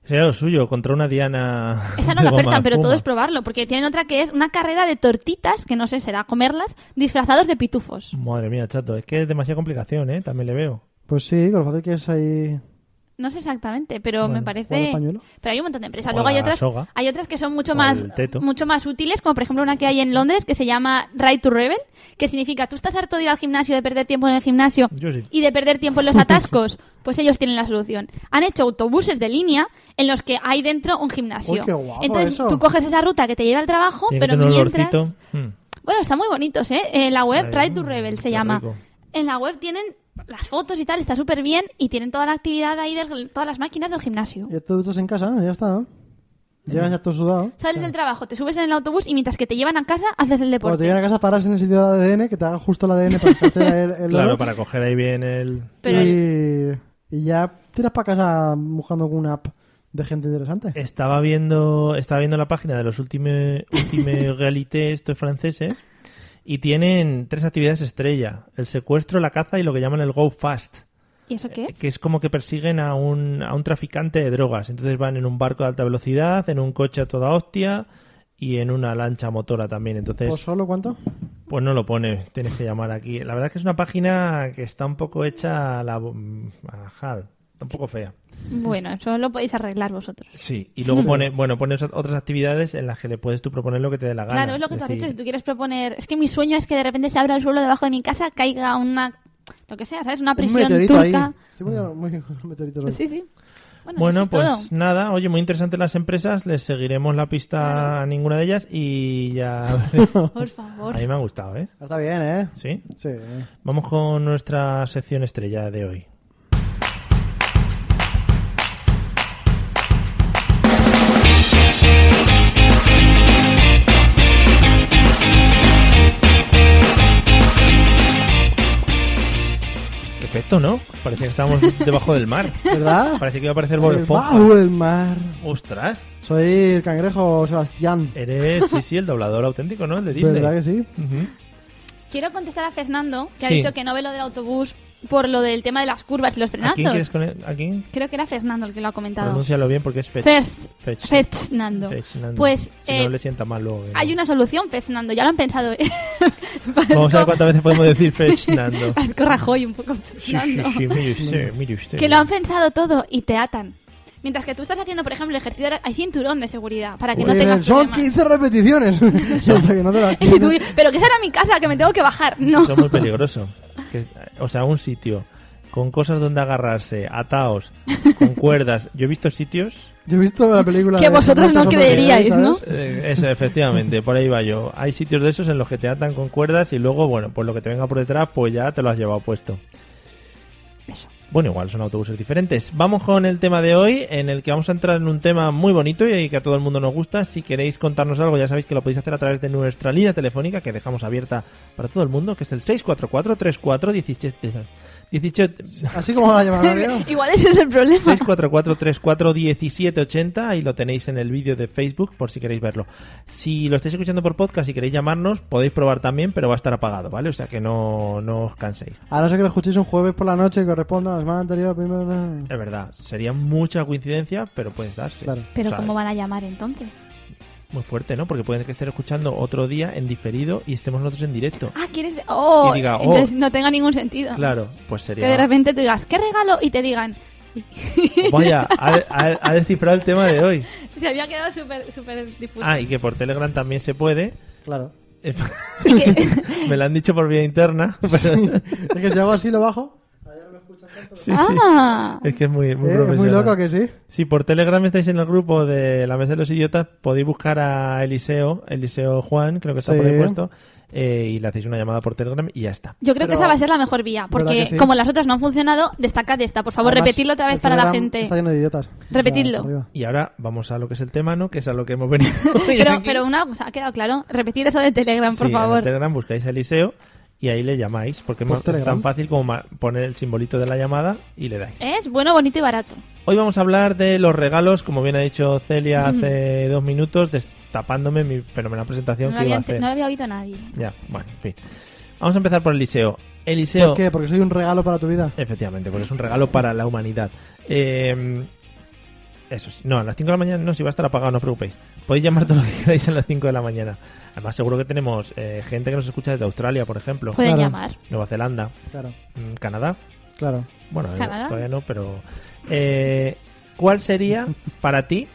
A: Sería lo suyo, contra una diana.
C: Esa no
A: de
C: la
A: goma
C: ofertan, pero
A: espuma.
C: todo es probarlo, porque tienen otra que es una carrera de tortitas, que no sé, será comerlas, disfrazados de pitufos.
A: Madre mía, chato, es que es demasiada complicación, ¿eh? También le veo.
B: Pues sí, con lo fácil que es ahí.
C: No sé exactamente, pero me
B: ¿cuál
C: parece.
B: el pañuelo?
C: Pero hay un montón de empresas.
A: O
C: Luego hay
A: la
C: otras,
A: soga.
C: hay otras que son mucho
A: O
C: más,
A: el teto.
C: mucho más útiles, como por ejemplo una que hay en Londres que se llama Right to Rebel, que significa tú estás harto de ir al gimnasio, de perder tiempo en el gimnasio
A: Yo sí.
C: y de perder tiempo en los atascos. Pues ellos tienen la solución. Han hecho autobuses de línea en los que hay dentro un gimnasio.
B: Uy, qué guapo
C: Entonces
B: eso.
C: tú coges esa ruta que te lleva al trabajo,
A: Tiene que
C: pero
A: tener un
C: mientras.
A: olorcito. Mm.
C: Bueno, están muy bonitos, ¿eh? Eh, la web
A: Ay,
C: Ride to Rebel se
A: qué
C: llama.
A: rico.
C: En la web tienen las fotos y tal, está súper bien y tienen toda la actividad ahí, de todas las máquinas del gimnasio.
B: Ya te duchas en casa, ya está. ¿no? Llegas ya todo sudado.
C: Sales del trabajo, te subes en el autobús y mientras que te llevan a casa haces el
B: Cuando
C: deporte.
B: te llegan a casa, paras en el sitio del ADN, que te haga justo el ADN para hacerte el, el
A: Claro,
B: olor.
A: para coger ahí bien el.
C: Pero
B: y, y ya tiras para casa buscando alguna app de gente interesante.
A: Estaba viendo, estaba viendo la página de los últimos últimos realité estos franceses y tienen tres actividades estrella: el secuestro, la caza y lo que llaman el go fast.
C: ¿Y eso qué es?
A: que es como que persiguen a un, a un traficante de drogas. Entonces van en un barco de alta velocidad, en un coche a toda hostia y en una lancha motora también. Entonces,
C: Pues-
B: ¿Por solo cuánto?
A: Pues no lo pone, tienes que llamar aquí. La verdad es que es una página que está un poco hecha a la a hard, está un poco fea.
C: Bueno, eso lo podéis arreglar vosotros.
A: Sí, y luego pone, bueno, pone esas- otras actividades en las que le puedes tú proponer lo que te dé la gana.
C: Claro, es lo que tú has
A: decir,
C: dicho. Si tú quieres proponer. Es que mi sueño es que de repente se abra el suelo debajo de mi casa, caiga una. Lo que sea, ¿sabes? Una
B: Un
C: prisión
B: meteorito
C: turca.
B: ahí. Estoy muy, muy meteorito hoy.
C: Sí, sí. Bueno,
A: Bueno,
C: eso es
A: pues
C: todo.
A: nada, oye, muy interesante las empresas, les seguiremos la pista a ninguna de ellas y ya... a
C: Por favor.
A: mí me ha gustado, ¿eh?
B: Está bien, ¿eh?
A: Sí.
B: Sí.
A: Vamos con nuestra sección estrella de hoy. Perfecto, ¿no? Parecía que estábamos debajo del mar.
B: ¿Verdad?
A: Parecía que iba a aparecer Bob
B: el
A: Esponja.
B: bajo del mar.
A: ¡Ostras!
B: Soy el cangrejo Sebastián.
A: Eres, sí, sí, el doblador auténtico, ¿no? El de Disney.
B: ¿Verdad que sí?
A: Ujú.
C: Quiero contestar a Fernando, que ha
A: Sí.
C: dicho que no ve lo del autobús por lo del tema de las curvas y los
A: ¿A quién
C: frenazos.
A: quieres con él? ¿A quién?
C: Creo que era Fernando el que lo ha comentado.
A: Pronúncialo bien porque es Fetch.
C: First,
A: Fetch.
C: Fernando.
A: Fernando.
C: Pues
A: si
C: eh,
A: no le sienta mal luego. ¿eh?
C: hay una solución, Fernando. Ya lo han pensado. ¿eh?
A: Vamos a ver
C: Parezco-
A: cuántas veces podemos decir Fernando.
C: Parezco Rajoy un poco
A: Sí,
C: Fernando.
A: sí, sí, mire usted, mire usted.
C: Que lo han pensado todo y te atan. Mientras que tú estás haciendo, por ejemplo, ejercicio, de- hay cinturón de seguridad para que no
B: Y
C: tengas
B: dicen, Son
C: problemas.
B: 15 repeticiones. Hasta que no te la
C: Y tú, pero que esa era mi casa, que me tengo que bajar. No.
A: Eso es muy peligroso. Que- o sea, un sitio con cosas donde agarrarse, ataos, con cuerdas. Yo he visto sitios...
B: Yo he visto la película.
C: Que
B: de
C: vosotros
B: Fernando
C: no
B: Soto,
C: creeríais,
B: ¿sabes?
C: ¿no?
A: eh, eso, efectivamente, por ahí va yo. Hay sitios de esos en los que te atan con cuerdas y luego, bueno, pues lo que te venga por detrás, pues ya te lo has llevado puesto.
C: Eso.
A: Bueno, igual son autobuses diferentes. Vamos con el tema de hoy, en el que vamos a entrar en un tema muy bonito y que a todo el mundo nos gusta. Si queréis contarnos algo, ya sabéis que lo podéis hacer a través de nuestra línea telefónica que dejamos abierta para todo el mundo, que es el 644-3417. 17,
B: Así como la llaman, ¿no?
C: Igual ese es el problema.
A: 644-341780, ahí lo tenéis en el vídeo de Facebook por si queréis verlo. Si lo estáis escuchando por podcast y queréis llamarnos, podéis probar también, pero va a estar apagado, ¿vale? O sea que no, no os canséis.
B: A no ser que lo escuchéis un jueves por la noche y corresponda a la semana anterior. primero, no.
A: Es verdad, sería mucha coincidencia, pero puede darse.
B: Claro.
C: Pero
A: O sea,
C: ¿cómo van a llamar entonces?
A: Muy fuerte, ¿no? Porque pueden que estar escuchando otro día en diferido y estemos nosotros en directo.
C: Ah, quieres... de- Oh,
A: Y diga, oh.
C: entonces no tenga ningún sentido.
A: Claro, pues
C: Que de
A: sería.
C: repente tú digas, ¿qué regalo? Y te digan,
A: Vaya, ha, ha- ha descifrado el tema de hoy.
C: se había quedado súper súper difuso.
A: Ah, y que por Telegram también se puede.
B: Claro.
C: Y que-
A: Me lo han dicho por vía interna. pero-
B: Es que si hago así, lo bajo.
A: sí, sí.
C: ah,
A: Es que es muy, muy
B: Eh, es muy
A: profesional.
B: loco que sí.
A: Si por Telegram estáis en el grupo de la Mesa de los Idiotas, podéis buscar a Eliseo, Eliseo Juan, creo que está
B: Sí.
A: por ahí puesto, eh, y le hacéis una llamada por Telegram y ya está.
C: yo creo que
B: Pero-
C: esa va a ser la mejor vía, porque
B: que sí?
C: como las otras no han funcionado, destaca de esta. Por favor,
B: Además,
C: repetidlo otra vez
B: el
C: para la
B: Telegram
C: gente.
B: Está lleno de idiotas. O sea, hasta
C: Repetidlo.
B: arriba.
A: Y ahora vamos a lo que es el tema, ¿no? Que es a lo que hemos venido. hoy
C: Pero,
A: aquí.
C: pero una cosa, ha quedado claro. Repetir eso de Telegram, por
A: Sí, En el
C: favor.
A: Telegram buscáis a Eliseo y ahí le llamáis, porque
B: Por
A: es
B: Telegram.
A: tan fácil como ma- poner el simbolito de la llamada y le dais.
C: Es bueno, bonito y barato.
A: Hoy vamos a hablar de los regalos, como bien ha dicho Celia hace dos minutos, destapándome mi fenomenal
C: No
A: presentación que
C: lo,
A: iba
C: había,
A: a hacer.
C: no lo había oído nadie.
A: Ya, bueno, en fin. Vamos a empezar por Eliseo. Eliseo,
B: ¿Por qué? Porque soy un regalo para tu vida.
A: efectivamente, porque es un regalo para la humanidad. Eh, eso sí, no, a las 5 de la mañana no, si va a estar apagado, no os preocupéis. Podéis llamar todo lo que queráis a las 5 de la mañana. Además, seguro que tenemos eh, gente que nos escucha desde Australia, por ejemplo,
C: Pueden
B: Claro.
C: llamar.
A: Nueva Zelanda,
B: Claro,
A: mm, Canadá.
B: claro.
A: Bueno, eh,
C: Canadá.
A: todavía no, pero. eh, ¿Cuál sería para ti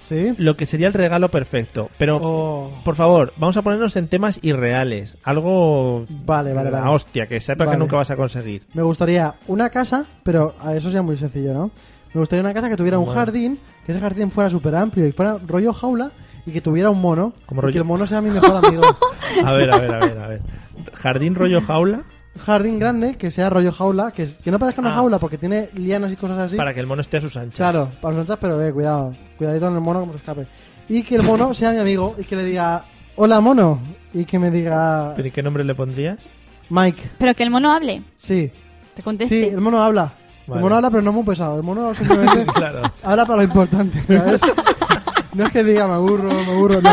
B: ¿Sí?
A: lo que sería el regalo perfecto? Pero,
B: Oh.
A: por favor, vamos a ponernos en temas irreales. Algo
B: Vale, vale,
A: la
B: vale.
A: hostia, que sepa que
B: Vale.
A: nunca vas a conseguir.
B: Me gustaría una casa, pero a eso sería muy sencillo, ¿no? Me gustaría una casa que tuviera un
A: Bueno.
B: jardín, que ese jardín fuera súper amplio y fuera rollo jaula y que tuviera un mono.
A: Como
B: y
A: rollo-
B: que el mono sea mi mejor amigo.
A: A ver, a ver, a ver, a ver. Jardín rollo jaula
B: jardín grande, que sea rollo jaula, que, es- que no parezca una
A: Ah.
B: jaula porque tiene lianas y cosas así.
A: para que el mono esté a sus anchas.
B: Claro, para los anchas, pero eh, cuidado. Cuidadito con el mono como se escape. Y que el mono sea mi amigo y que le diga, hola mono. Y que me diga,
A: ¿Pero y qué nombre le pondrías?
B: Mike,
C: Pero que el mono hable.
B: sí.
C: Te
B: Sí,
C: conteste.
B: el mono habla.
A: Vale.
B: El mono habla, pero no muy pesado. El mono simplemente
A: Claro.
B: habla para lo importante, ¿sabes? No es que diga me aburro, me aburro, no.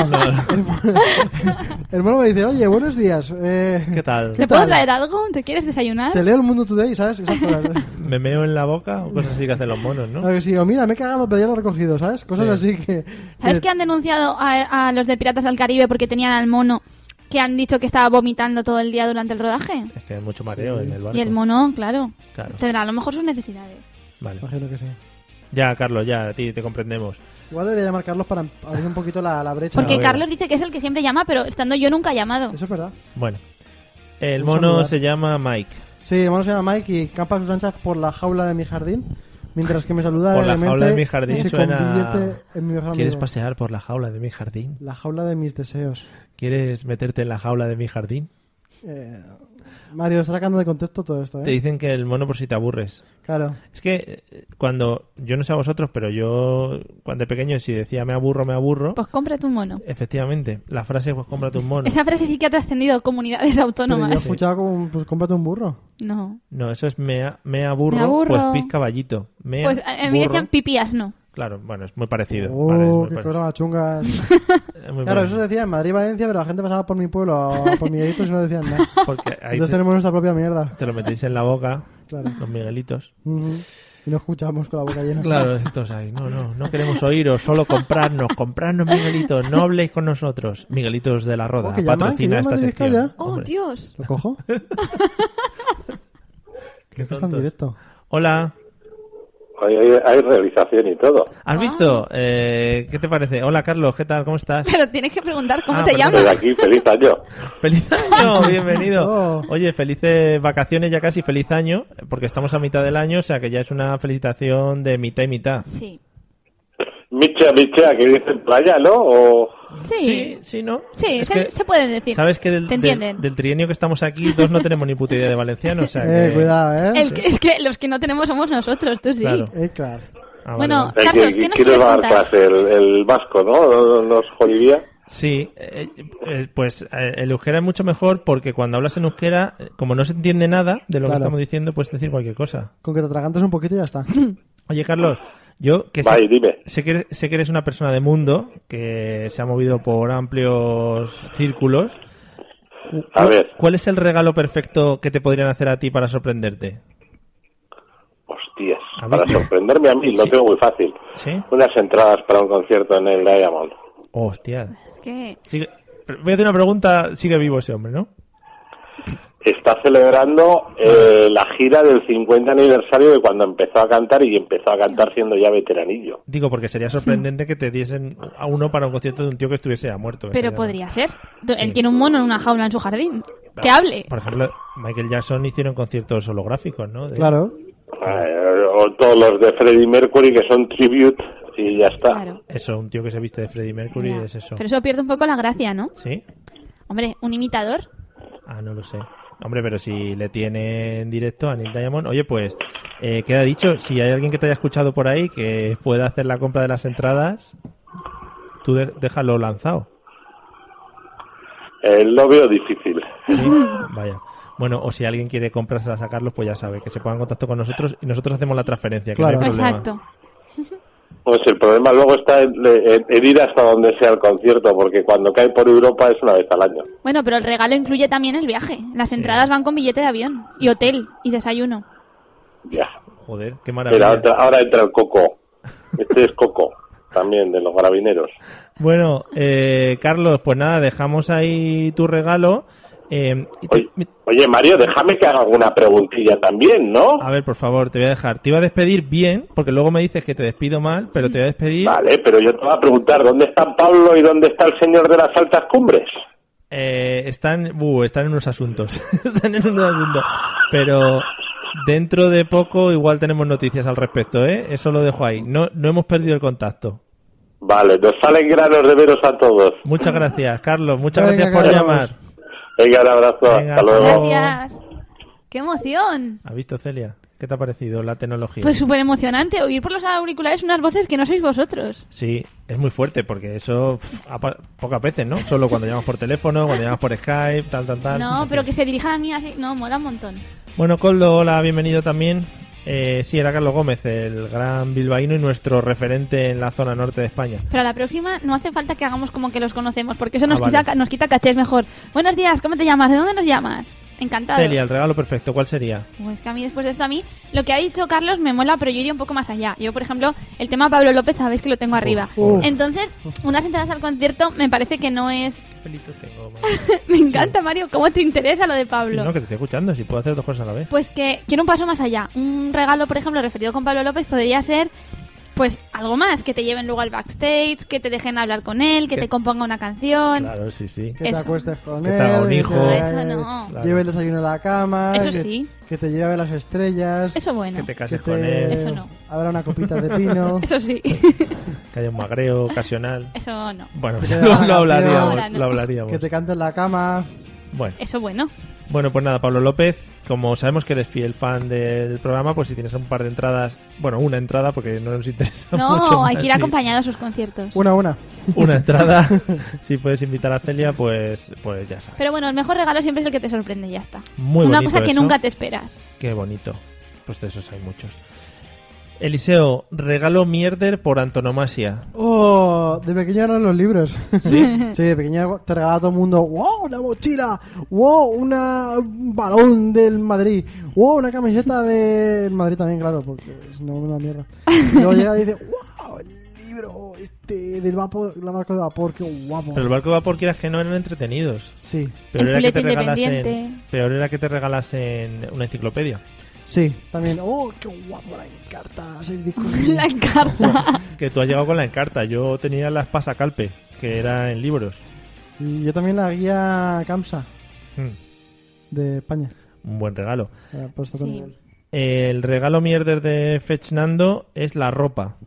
B: El mono, el mono me dice, oye, buenos días. eh,
A: ¿Qué tal?
C: ¿Te
B: ¿Qué
C: puedo
B: tal?
C: traer algo? ¿Te quieres desayunar?
B: Te leo el mundo today, ¿sabes? Esas cosas.
A: ¿Me meo en la boca o cosas así que hacen los monos, no?
B: Claro que sí, o mira, me he cagado, pero ya lo he recogido, ¿sabes? Cosas
A: Sí.
B: así que.
A: Eh,
C: ¿Sabes que han denunciado a, a los de Piratas del Caribe porque tenían al mono que han dicho que estaba vomitando todo el día durante el rodaje.
A: Es que hay mucho mareo en el barco.
C: Y el mono, claro,
A: Claro,
C: tendrá a lo mejor sus necesidades.
A: vale.
B: Imagino que sí.
A: Ya, Carlos, ya, a ti te comprendemos.
B: Igual debería llamar Carlos para abrir un poquito la, la brecha.
C: Porque
A: Claro.
C: Carlos dice que es el que siempre llama, pero estando yo nunca he llamado.
B: Eso es verdad.
A: Bueno. El
B: Vamos a
A: mono
B: saludar.
A: se llama Mike.
B: Sí, mi hermano se llama Mike y campa a sus anchas por la jaula de mi jardín. Mientras que me saluda
A: Por la
B: alegremente,
A: jaula de mi jardín
B: se
A: suena-
B: convierte en mi mejor
A: ¿Quieres
B: amigo.
A: pasear por la jaula de mi jardín?
B: La jaula de mis deseos.
A: ¿Quieres meterte en la jaula de mi jardín?
B: Eh, Mario, está sacando de contexto todo esto,
A: Te
B: ¿eh?
A: dicen que el mono por si te aburres.
B: Claro.
A: Es que eh, cuando, yo no sé a vosotros, pero yo cuando era pequeño si decía me aburro, me aburro,
C: Pues cómprate un mono.
A: efectivamente, la frase pues cómprate un mono.
C: Esa frase sí que ha trascendido comunidades
B: Pero yo he
C: autónomas.
B: escuchado como, pues cómprate un burro.
C: No.
A: No, eso es me, a- me aburro,
C: Me aburro.
A: pues pis caballito. Me
C: Pues a a mí me
A: burro.
C: decían pipías, no.
A: Claro, bueno, es muy parecido.
B: Oh,
A: Vale, es muy
B: qué
A: pare-
B: cosa más chunga.
A: es muy
B: Claro, eso
A: parecido.
B: se decía en Madrid y Valencia, pero la gente pasaba por mi pueblo o por Miguelitos y no decían nada.
A: Porque ahí
B: Entonces
A: te,
B: tenemos nuestra propia mierda.
A: te lo metéis en la boca,
B: Claro.
A: los miguelitos.
B: Ujú. Y nos escuchamos con la boca llena.
A: Claro, estos ahí. No, no, no queremos oíros, solo comprarnos, comprarnos Miguelitos, no habléis con nosotros. Miguelitos de la Roda,
B: Oh, que llaman,
A: patrocina
B: que
A: esta
B: llaman desde
A: sección.
B: Vizcaya.
C: ¡Oh,
A: Hombre,
C: Dios!
B: ¿Lo cojo?
A: qué
B: Está en
A: tontos.
B: directo.
A: Hola,
E: Hay, hay- hay realización y todo.
C: Ah.
A: ¿has visto? Eh, ¿Qué te parece? Hola, Carlos, ¿qué tal? ¿Cómo estás?
C: Pero tienes que preguntar cómo
A: Ah,
C: te
A: perdón.
E: Desde
C: llamas.
E: aquí, feliz año.
A: ¡Feliz año! Bienvenido.
B: Oh.
A: Oye, felices vacaciones ya casi, feliz año, porque estamos a mitad del año, o sea que ya es una felicitación de mitad y mitad.
C: Sí.
E: Micha, Micha, que dicen playa, ¿no? O...
C: Sí.
A: sí, ¿no?
C: Sí,
A: Es
C: se,
A: que-
C: se pueden decir.
A: ¿Sabes que del,
C: Te
A: del-
C: entienden.
A: del trienio que estamos aquí, dos no tenemos ni puta idea de valenciano? O sea
B: Eh,
A: que-
B: cuidado, ¿eh?
C: El que- es que los que no tenemos somos nosotros, tú sí.
A: Claro.
B: Eh, claro.
A: Ah, vale,
C: Bueno,
A: vale.
E: Eh,
C: Carlos,
E: que-
C: ¿qué nos
E: ¿quién
C: quieres
E: va a dar
C: contar?
E: clase? El, el vasco, ¿no? Nos jodiría.
A: Sí, eh, eh, pues eh, el euskera es mucho mejor porque cuando hablas en euskera, eh, como no se entiende nada de lo que
B: Claro.
A: estamos diciendo, puedes decir cualquier cosa.
B: Con que te atragantes un poquito y ya está.
A: Oye, Carlos, yo que
E: Vai,
A: sé,
E: dime.
A: sé que, sé que eres una persona de mundo, que se ha movido por amplios círculos. Cu-
E: A ver.
A: ¿Cuál es el regalo perfecto que te podrían hacer a ti para sorprenderte?
E: Hostias.
A: ¿Has
E: Para
A: visto?
E: sorprenderme a mí, lo
A: Sí.
E: tengo muy fácil.
A: ¿Sí?
E: Unas entradas para un concierto en el Diamond.
A: Hostia.
C: Es que-
A: Sigue- pero Voy a hacer una pregunta, sigue vivo ese hombre, ¿no?
E: Está celebrando eh, la gira del 50 aniversario de cuando empezó a cantar y empezó a cantar siendo ya veteranillo.
A: Digo, porque sería sorprendente que te diesen a uno para un concierto de un tío que estuviese ya muerto. que
C: Pero
A: sería-
C: podría ser. Tú- Él
A: Sí.
C: tiene un mono en una jaula en su jardín. Que hable.
A: Por ejemplo, Michael Jackson hicieron conciertos holográficos, ¿no? De-
B: Claro.
E: Eh, o todos los de Freddie Mercury que son tribute y ya está.
C: Claro.
A: Eso, un tío que se viste de Freddie Mercury
C: Ya.
A: es eso.
C: Pero eso pierde un poco la gracia, ¿no?
A: ¿Sí?
C: Hombre, un imitador.
A: Ah, no lo sé. Hombre, pero si le tiene en directo a Neil Diamond, oye, pues eh, queda dicho, si hay alguien que te haya escuchado por ahí que pueda hacer la compra de las entradas, tú de- déjalo lanzado.
E: Eh, lo veo difícil.
A: Sí, Vaya. Bueno, o si alguien quiere comprarse a sacarlos, pues ya sabe, que se ponga en contacto con nosotros y nosotros hacemos la transferencia. que no hay
B: Claro.
A: problema.
C: Exacto.
E: Pues el problema luego está en, en- en ir hasta donde sea el concierto, porque cuando cae por Europa es una vez al año.
C: Bueno, pero el regalo incluye también el viaje. Las entradas van con billete de avión y hotel y desayuno.
E: Ya.
A: Joder, qué
E: Mira,
A: maravilla.
E: otra- ahora entra el coco. Este es coco, también de los gravineros.
A: Bueno, eh, Carlos, pues nada, dejamos ahí tu regalo. Eh, y te-
E: Oye, oye, Mario, déjame que haga alguna preguntilla también, ¿no?
A: a ver, por favor, te voy a dejar. Te iba a despedir bien, porque luego me dices que te despido mal, pero te voy a despedir.
E: Vale, pero yo te voy a preguntar, ¿dónde está Pablo y dónde está el señor de las altas cumbres?
A: Eh, están, uh, están en unos asuntos. están en unos asuntos. Pero dentro de poco igual tenemos noticias al respecto, ¿eh? Eso lo dejo ahí. No, no hemos perdido el contacto.
E: Vale, nos salen granos de veros a todos.
A: Muchas gracias, Carlos. Muchas
B: Venga,
A: gracias por
B: Carlos.
A: llamar.
E: Venga, un abrazo,
A: Venga,
E: hasta luego.
A: hasta luego.
C: Gracias. ¡Qué emoción!
A: ¿Has visto, Celia? ¿Qué te ha parecido la tecnología?
C: Pues súper emocionante oír por los auriculares unas voces que no sois vosotros.
A: Sí, es muy fuerte porque eso pf, ha pa- pocas veces, ¿no? Solo cuando llamas por teléfono, cuando llamas por Skype, tal, tal, tal.
C: No, pero que se dirijan a mí así. No, mola un montón.
A: Bueno, Coldo, hola, bienvenido también. Eh, sí, era Carlos Gómez, el gran bilbaíno y nuestro referente en la zona norte de España.
C: Pero a la próxima no hace falta que hagamos como que los conocemos, porque eso
A: Ah,
C: nos,
A: vale.
C: quita, nos quita caché, es mejor. Buenos días, ¿cómo te llamas? ¿De dónde nos llamas? Encantado.
A: Celia, el regalo perfecto, ¿cuál sería?
C: Pues que a mí después de esto, a mí lo que ha dicho Carlos me mola, pero yo iría un poco más allá. Yo, por ejemplo, el tema Pablo López, sabéis que lo tengo arriba. Eh.
B: uf.
C: Entonces, unas entradas al concierto me parece que no es...
A: Pelito tengo,
C: Me encanta, Mario, cómo te interesa lo de Pablo.
A: no, que te estoy escuchando, si puedo hacer dos cosas a la vez.
C: Pues que quiero un paso más allá. Un regalo, por ejemplo, referido con Pablo López podría ser, pues, algo más. Que te lleven luego al backstage, que te dejen hablar con él, que
A: Que-
C: te componga una canción.
A: Claro, sí, sí.
B: Que
C: Eso.
B: te acuestes con
A: Que
B: él.
A: te haga un hijo.
B: Que
C: Eso no.
B: te lleve el desayuno a la cama.
C: Eso
B: que-
C: sí.
B: Que te lleve a las estrellas.
C: Eso bueno.
A: Que te cases
B: que te-
A: con él,
C: Eso no.
B: Habrá una copita de pino.
C: Eso sí.
A: que haya un magreo ocasional.
C: Eso no.
A: Bueno,
B: Que te
A: lo,
B: haga
A: lo hablaríamos,
C: Ahora no.
A: lo hablaríamos.
B: que te cante en la cama.
A: Bueno.
C: Eso bueno.
A: Bueno, pues nada, Pablo López, como sabemos que eres fiel fan del programa, pues si tienes un par de entradas, bueno, una entrada, porque no nos interesa mucho.
C: No, hay
A: más,
C: que ir
A: sí.
C: acompañado a sus conciertos.
B: Una, una.
A: Una entrada, si puedes invitar a Celia, pues, pues ya sabes.
C: Pero bueno, el mejor regalo siempre es el que te sorprende, y ya está.
A: Muy
C: Una
A: bonito
C: cosa que
A: eso.
C: nunca te esperas.
A: Qué bonito. Pues de esos hay muchos. Eliseo, regalo mierder por antonomasia.
B: Oh, de pequeño eran los libros. Sí, de pequeño te regalaba todo el mundo. ¡Wow! Una mochila. ¡Wow! Una, un balón del Madrid. ¡Wow! Una camiseta del Madrid también, claro, porque es no una mierda. Y luego llega y dice: ¡Wow! El libro este del vapor, la marca de vapor, qué guapo.
A: Pero el barco de vapor quieras que no eran entretenidos.
B: Sí,
A: Pero
C: El
A: era, que te
C: culete
A: regalasen,
C: independiente.
A: pero era que te regalasen una enciclopedia.
B: sí, también. ¡Oh! ¡Qué guapo la encarta! Soy discursivo.
C: La encarta.
A: Que tú has llegado con la encarta. Yo tenía la espasacalpe, que era en libros.
B: Y yo también la guía Camsa
A: Mm,
B: de España.
A: un buen regalo.
B: Eh, pues está todo
C: Sí.
B: nivel.
A: El regalo mierder de Fechnando es la ropa.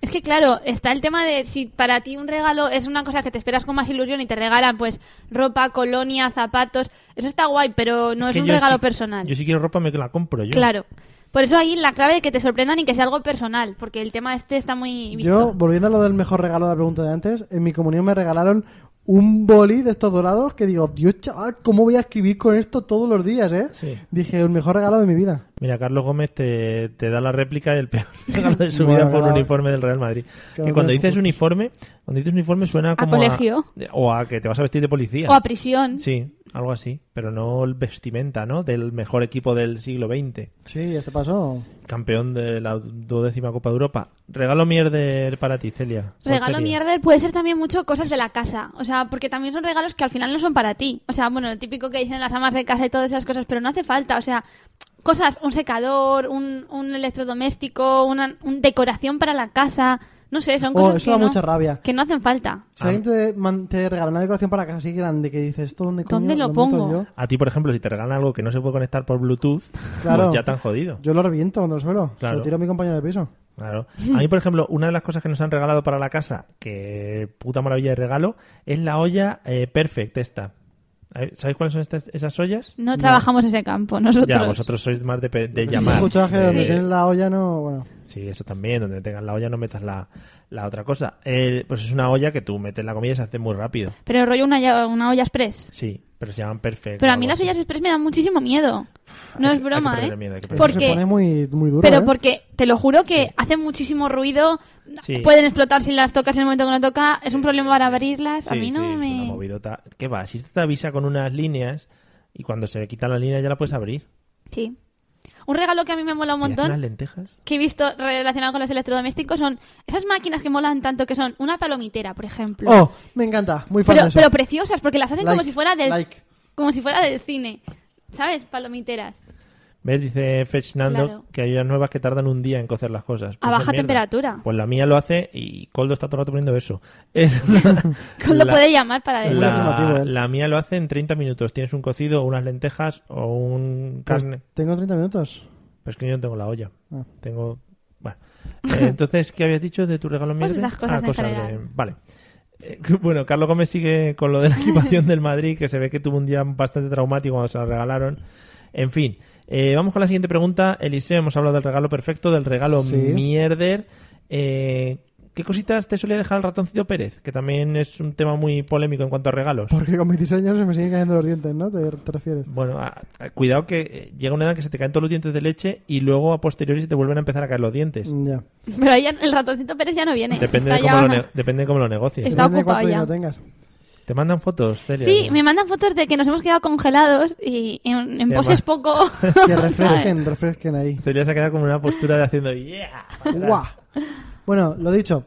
C: Es que claro, está el tema de si para ti un regalo es una cosa que te esperas con más ilusión y te regalan pues ropa, colonia, zapatos, eso está guay, pero no es,
A: Que
C: un
A: yo
C: regalo
A: sí-
C: personal.
A: Yo si quiero ropa me la compro yo.
C: Claro. Por eso ahí la clave de que te sorprendan y que sea algo personal, porque el tema este está muy
B: Yo,
C: visto.
B: volviendo a lo del mejor regalo de la pregunta de antes, en mi comunión me regalaron un boli de estos dorados que digo, Dios chaval, ¿cómo voy a escribir con esto todos los días, eh?
A: Sí.
B: Dije, el mejor regalo de mi vida.
A: Mira, Carlos Gómez te, te da la réplica del peor regalo de su
B: Bueno,
A: vida por un
B: claro.
A: uniforme del Real Madrid.
B: Claro,
A: que cuando
B: claro,
A: dices
B: supuesto.
A: uniforme, cuando dices uniforme suena como
C: colegio.
A: o a que te vas a vestir de policía.
C: O a prisión.
A: Sí, algo así, pero no el vestimenta, ¿no? Del mejor equipo del siglo XX,
B: Sí, este pasó.
A: campeón de la duodécima Copa de Europa. Regalo mierder para ti, Celia. ¿Cuál
C: Regalo
A: sería?
C: mierder puede ser también mucho cosas de la casa. O sea, porque también son regalos que al final no son para ti. O sea, bueno, lo típico que dicen las amas de casa y todas esas cosas, pero no hace falta. O sea, cosas, un secador, un, un electrodoméstico, una un decoración para la casa. No sé, son
B: Oh,
C: cosas
B: eso
C: que,
B: da
C: no,
B: mucha rabia.
C: que no hacen falta.
B: Si alguien te, man- te regala una decoración para casa así grande que dices, ¿esto dónde coño
C: ¿Dónde lo
B: meto
C: pongo?
B: Yo?
A: A ti, por ejemplo, si te regalan algo que no se puede conectar por Bluetooth,
B: Claro.
A: pues ya tan jodido.
B: Yo lo reviento cuando lo suelo. Se
A: Claro.
B: lo tiro a mi compañero de piso.
A: Claro. A mí, por ejemplo, una de las cosas que nos han regalado para la casa, que puta maravilla de regalo, es la olla eh, Perfect esta. Eh, ¿Sabéis cuáles son estas, esas ollas?
C: No, trabajamos ese campo, nosotros.
A: Ya, vosotros sois más de, pe- de
B: Si
A: llamar.
B: escuchas que donde
A: De-
B: tienes la olla no... Bueno,
A: Sí, eso también, donde tengas la olla no metas la, la otra cosa. Eh, pues es una olla que tú metes la comida y se hace muy rápido.
C: Pero rollo una, lla- una olla express.
A: Sí, pero se llaman Perfect.
C: Pero a
A: o
C: mí
A: algo
C: las
A: así.
C: ollas express me dan muchísimo miedo.
A: Hay
C: No es
A: que- hay que
C: broma,
A: perderle
C: ¿eh?
A: miedo, hay que
B: pero
A: perderle
B: eso
C: Porque-
B: se pone muy, muy duro,
C: Pero
B: ¿eh?
C: porque te lo juro que hacen muchísimo ruido,
A: Sí.
C: pueden explotar si las tocas en el momento que no toca, es un problema para abrirlas, a
A: Sí,
C: mí no
A: sí, es una
C: me...
A: movidota. ¿Qué va? Si este te avisa con unas líneas y cuando se quita la línea ya la puedes abrir.
C: Sí. Un regalo que a mí me mola un
A: ¿Y hacen las
C: montón,
A: lentejas?
C: que he visto relacionado con los electrodomésticos, son esas máquinas que molan tanto, que son una palomitera, por ejemplo.
B: Oh, me encanta. Muy fan
C: pero,
B: de eso.
C: pero preciosas, porque las hacen como
B: Like,
C: si fuera del
B: like.
C: como si fuera del cine. ¿Sabes? Palomiteras.
A: Pues ¿Ves? Dice Fechnando
C: Claro.
A: que hay unas nuevas que tardan un día en cocer las cosas.
C: A
A: Pues
C: baja
A: es mierda.
C: temperatura.
A: Pues la mía lo hace y Coldo está todo el rato poniendo eso. Es
C: ¿Cómo
A: Pues la-
C: puede llamar para decir?
B: Muy afirmativo,
A: La,
B: ¿eh?
A: la mía lo hace en 30 minutos. Tienes un cocido, unas lentejas o un
B: Pues
A: carne.
B: tengo 30 minutos.
A: Pero es que yo no tengo la olla.
B: Ah.
A: Tengo. Bueno. Eh, entonces, ¿qué habías dicho de tu regalo
C: Pues
A: mierda?
C: esas cosas en general.
A: Vale. Eh, bueno, Carlos Gómez sigue con lo de la equipación del Madrid, que se ve que tuvo un día bastante traumático cuando se la regalaron. En fin, eh, vamos con la siguiente pregunta. Eliseo, hemos hablado del regalo perfecto, del regalo
B: Sí.
A: mierder. Eh, ¿Qué cositas te solía dejar el ratoncito Pérez? Que también es un tema muy polémico en cuanto a regalos.
B: Porque con mis diseños se me siguen cayendo los dientes, ¿no? ¿Te, te refieres?
A: Bueno, a- a- cuidado que eh, llega una edad que se te caen todos los dientes de leche y luego a posteriori se te vuelven a empezar a caer los dientes.
B: Mm, Ya.
C: Pero ahí ya- el ratoncito Pérez ya no viene.
A: Depende de,
C: Está
A: cómo lo
C: ya-
A: ne- depende de cómo lo negocies.
C: Está
B: Depende de
C: ocupado
B: cuánto
C: ya.
B: dinero tengas.
A: Te mandan fotos, Celia.
C: Sí, me mandan fotos de que nos hemos quedado congelados y en, en
A: Qué
C: poses
A: mal.
C: poco.
B: Que
C: ¿sabes?
B: refresquen, refresquen ahí.
A: Celia se ha quedado como en una postura de haciendo yeah.
B: ¡Guau! Bueno, lo dicho.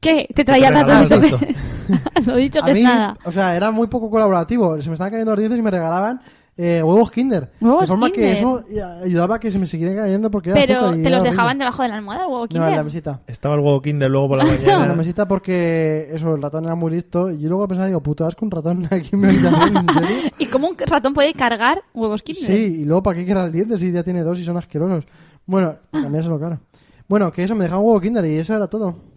C: ¿Qué? Te traía
A: Te
C: datos.
A: regalaron esto.
C: Lo dicho que
B: a mí,
C: es nada.
B: o sea, era muy poco colaborativo. Se me estaban cayendo los dientes y me regalaban eh, huevos Kinder.
C: Huevos
B: de forma que
C: Kinder.
B: eso eh, ayudaba a que se me siguieran cayendo porque era
C: Pero
B: azúcar y
C: te
B: era
C: los
B: horrible.
C: dejaban debajo de la almohada, el
B: No,
C: huevo
B: en la
C: Kinder.
B: mesita.
A: Estaba el huevo Kinder luego por la
B: En la
A: mañana.
B: mesita porque eso, el ratón era muy listo. Y yo luego pensaba, digo, puto asco, un ratón aquí me ¿en serio?
C: ¿Y cómo un ratón puede cargar huevos Kinder?
B: Sí, y luego para qué quieras el diente si ya tiene dos y son asquerosos. Bueno, cambiáselo, claro. Bueno, que eso me dejaba un huevo Kinder y eso era todo.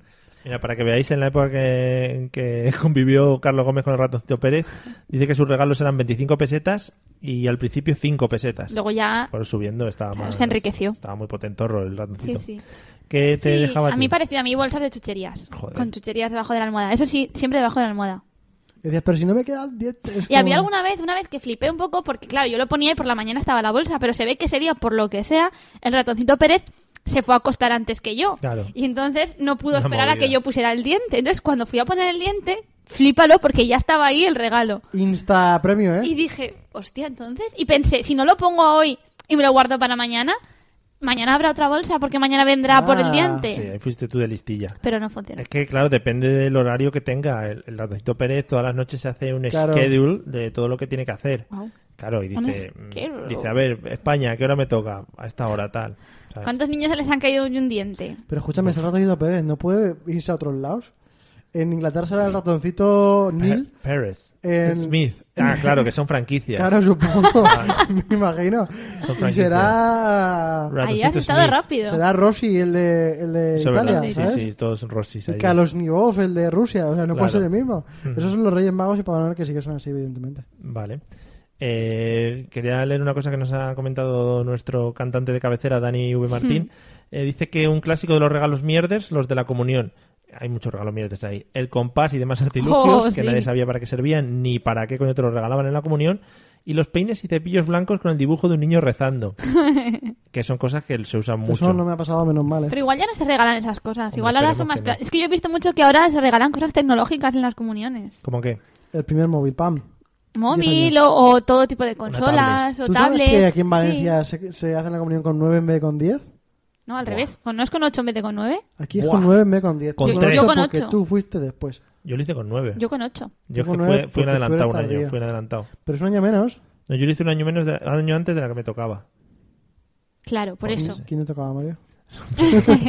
A: Mira, para que veáis en la época que, en que convivió Carlos Gómez con el ratoncito Pérez, dice que sus regalos eran 25 pesetas y al principio 5 pesetas.
C: Luego ya
A: Por subiendo estaba
C: Claro,
A: más-
C: se enriqueció.
A: Estaba muy potentorro el
C: Sí,
A: ratoncito.
C: sí.
A: ¿Qué te
C: Sí,
A: dejaba
C: a
A: ti?
C: mí parecía a mí bolsas de chucherías.
A: Joder.
C: Con chucherías debajo de la almohada. Eso sí, siempre debajo de la almohada.
B: Y decías, pero si no me quedan dientes.
C: Y había
B: como-
C: alguna vez, una vez que flipé un poco, porque claro, yo lo ponía y por la mañana estaba la bolsa, pero se ve que ese día, por lo que sea, el ratoncito Pérez se fue a acostar antes que yo.
A: Claro.
C: Y entonces no pudo
A: Una
C: esperar a
A: movida.
C: que yo pusiera el diente. Entonces, cuando fui a poner el diente, flípalo porque ya estaba ahí el regalo.
B: Insta premio, ¿eh?
C: Y dije, hostia, entonces. Y pensé, si no lo pongo hoy y me lo guardo para mañana, mañana habrá otra bolsa porque mañana vendrá por
B: Ah,
C: el diente.
A: Sí, ahí fuiste tú de listilla.
C: Pero no funcionó.
A: Es que, claro, depende del horario que tenga. El, el ratoncito Pérez todas las noches se hace un
B: Claro.
A: schedule de todo lo que tiene que hacer.
C: Wow.
A: Claro, y
C: Ah. Un
A: dice, mm,
C: schedule.
A: dice, a ver, España, ¿a qué hora me toca? A esta hora, tal. ¿sabes?
C: ¿Cuántos niños se les han caído hoy un diente?
B: Pero escúchame, ese ratoncito Pérez no puede irse a otros lados. En Inglaterra será el ratoncito Neil.
A: Pa- Pérez.
B: En-
A: Smith. Ah, claro, que son franquicias.
B: Claro, supongo. Me imagino.
A: Son
B: Y
A: franquicias.
B: será.
A: Ratoncito
C: Ahí has estado
A: Smith.
C: rápido.
B: Será Rossi el de, el de
A: Eso es
B: Italia,
A: verdad.
B: ¿sabes?
A: Sí, sí, todos son Rossis
B: Y
A: ahí.
B: Kalashnikov, el de Rusia. O sea, no
A: Claro.
B: puede ser el mismo. Esos son los Reyes Magos y Papá Noel que sí que son así, evidentemente.
A: Vale. Eh, quería leer una cosa que nos ha comentado nuestro cantante de cabecera, Dani V. Martín.
C: Hmm.
A: Eh, dice que un clásico de los regalos mierders, los de la comunión. Hay muchos regalos mierders ahí. El compás y demás artilugios
C: Oh,
A: que
C: sí.
A: nadie sabía para qué servían ni para qué coño te los regalaban en la comunión. Y los peines y cepillos blancos con el dibujo de un niño rezando. que son cosas que se usan mucho.
B: Eso no me ha pasado menos mal, ¿eh?
C: Pero igual ya no se regalan esas cosas.
A: Hombre,
C: igual ahora son
A: esperemos
C: más.
A: que
C: pla-
A: no.
C: Es que yo he visto mucho que ahora se regalan cosas tecnológicas en las comuniones.
A: ¿Cómo qué?
B: El primer móvil, pam.
C: Móvil o, o todo tipo de
A: tablet.
C: consolas o
B: ¿Tú sabes
C: tablets.
B: que aquí en
C: Sí.
B: Valencia se, se hace la comunión con 9 en vez de con 10?
C: No, al
A: Buah.
C: revés. Con- No es con 8 en vez de con 9.
B: Aquí es
A: Buah.
B: con 9 en vez de con 10.
A: Con
B: Tú
A: tres.
B: ocho
C: Yo con
B: porque
C: ocho.
B: tú fuiste después.
A: Yo lo hice con nueve.
C: Yo con 8.
A: Yo es que
B: con
A: fue- fui
B: nueve,
A: un
B: porque tú eres
A: adelantado un año.
B: tardío.
A: Fui un adelantado.
B: Pero es un año menos.
A: No, yo lo hice un año menos, de- un año antes de la que me tocaba.
C: Claro, por eso.
B: ¿Quién te tocaba, Mario?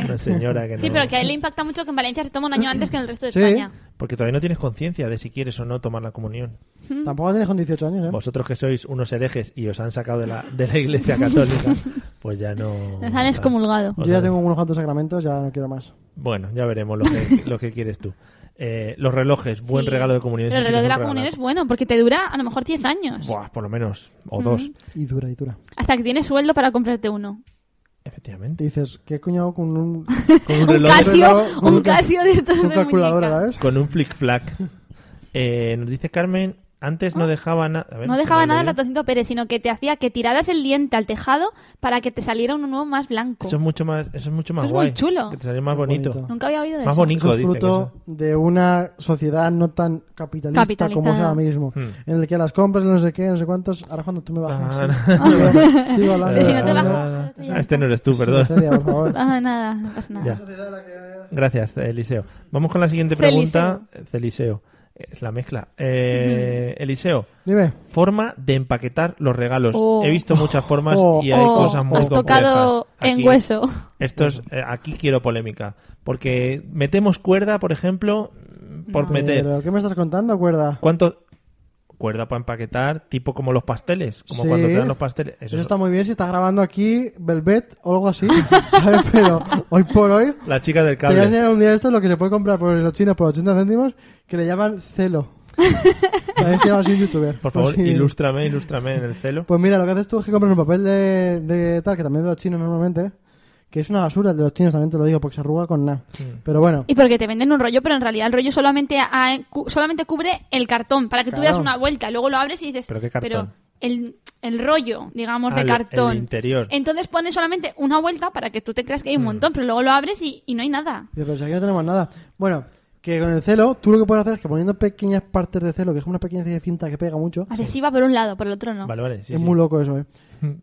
A: Una señora que no.
C: Sí, pero que a él le impacta mucho que en Valencia se toma un año antes que en el resto de
B: Sí.
C: España.
A: Porque todavía no tienes conciencia de si quieres o no tomar la comunión.
C: Mm.
B: Tampoco tienes con 18 años, ¿eh?
A: Vosotros que sois unos herejes y os han sacado de la, de la iglesia católica, pues ya no.
C: Nos han excomulgado.
B: Yo ya tengo unos cuantos sacramentos, ya no quiero más.
A: Bueno, ya veremos lo que, lo que quieres tú. Eh, los relojes, buen
C: Sí.
A: regalo de comunión.
C: Pero el
A: ese sí
C: reloj
A: que
C: de
A: es
C: la
A: un
C: comunión es
A: regalazo.
C: bueno porque te dura a lo mejor 10 años.
A: Buah, por lo menos. O dos,
B: Y dura, y dura.
C: Hasta que tienes sueldo para comprarte uno.
A: efectivamente.
B: Te dices, ¿qué coño hago con un,
A: Con un
C: Un
A: reloj,
C: Casio,
B: reloj con
C: un
B: un ca-
C: Casio de estos
B: con
C: de
B: calculadora,
C: muñeca.
B: ¿sabes?
A: con un flick flack. Eh, nos dice Carmen, antes no dejaba nada.
C: Ah. No dejaba nada el ratoncito Pérez, sino que te hacía que tiraras el diente al tejado para que te saliera uno nuevo más blanco.
A: Eso es mucho más, eso es mucho más
C: es muy
A: guay.
C: chulo.
A: Que te salió más
B: Muy
A: bonito.
B: bonito.
C: Nunca había oído de
A: Más
C: eso.
A: bonito.
B: Es un
A: Dicen
B: fruto de una sociedad no tan capitalista,
C: Capitalista.
B: como es ahora mismo.
A: Hmm.
B: En el que las compras, no sé qué, no sé cuántos. Ahora cuando tú me bajas.
A: Ah,
B: sí. Sigo- sigo hablando.
C: Pero si no te
B: Ah,
C: bajo.
A: Ah, Este no eres tú, perdón.
B: Celia, por favor.
C: Ah, nada, no pasa nada.
A: Ya. Gracias, Eliseo. Vamos con la siguiente pregunta. Celiseo. Es la mezcla. Eh, Eliseo,
B: Dime.
A: forma de empaquetar los regalos.
C: Oh.
A: He visto muchas formas
B: Oh.
A: y hay
C: Oh,
A: cosas muy
C: has tocado
A: complejas.
C: en
A: Aquí-
C: hueso.
A: Esto es, eh, aquí quiero polémica. Porque metemos cuerda, por ejemplo, por meter.
B: ¿Pero qué Eh, me estás contando, cuerda?
A: ¿Cuánto? Cuerda para empaquetar, tipo como los pasteles. Como
B: Sí.
A: cuando te dan los pasteles.
B: Eso,
A: Eso, es-
B: está muy bien si estás grabando aquí Velvet o algo así, ¿sabes? Pero hoy por hoy, te
A: La chica del
B: voy a
A: cable.
B: enseñar un día esto, lo que se puede comprar por los chinos por 80 céntimos, que le llaman celo. También se llama así un youtuber. Pues
A: Por favor,
B: Sí.
A: ilústrame, ilústrame en el celo.
B: Pues mira, lo que haces tú es que compras un papel de, de tal, que también es de los chinos normalmente, que es una basura el de los chinos, también te lo digo, porque se arruga con nada.
A: Mm.
B: Pero bueno,
C: Y porque te venden un rollo, pero en realidad el rollo solamente, a- cu- solamente cubre el cartón, para que tú
B: Claro.
C: das una vuelta. Luego lo abres y dices,
A: ¿Pero qué cartón?
C: el, el rollo, digamos,
A: Ah,
C: de
A: el-
C: cartón.
A: el interior. Mm.
C: Entonces pones solamente una vuelta para que tú te creas que hay un montón, pero luego lo abres y, y no hay nada.
B: dices, pero si aquí no tenemos nada. Bueno, Que con el celo, tú lo que puedes hacer es que poniendo pequeñas partes de celo, que es una pequeña cinta que pega mucho,
C: Adhesiva por un lado, por el otro no.
A: Vale, vale. sí,
B: es
A: sí.
B: muy loco eso, ¿eh?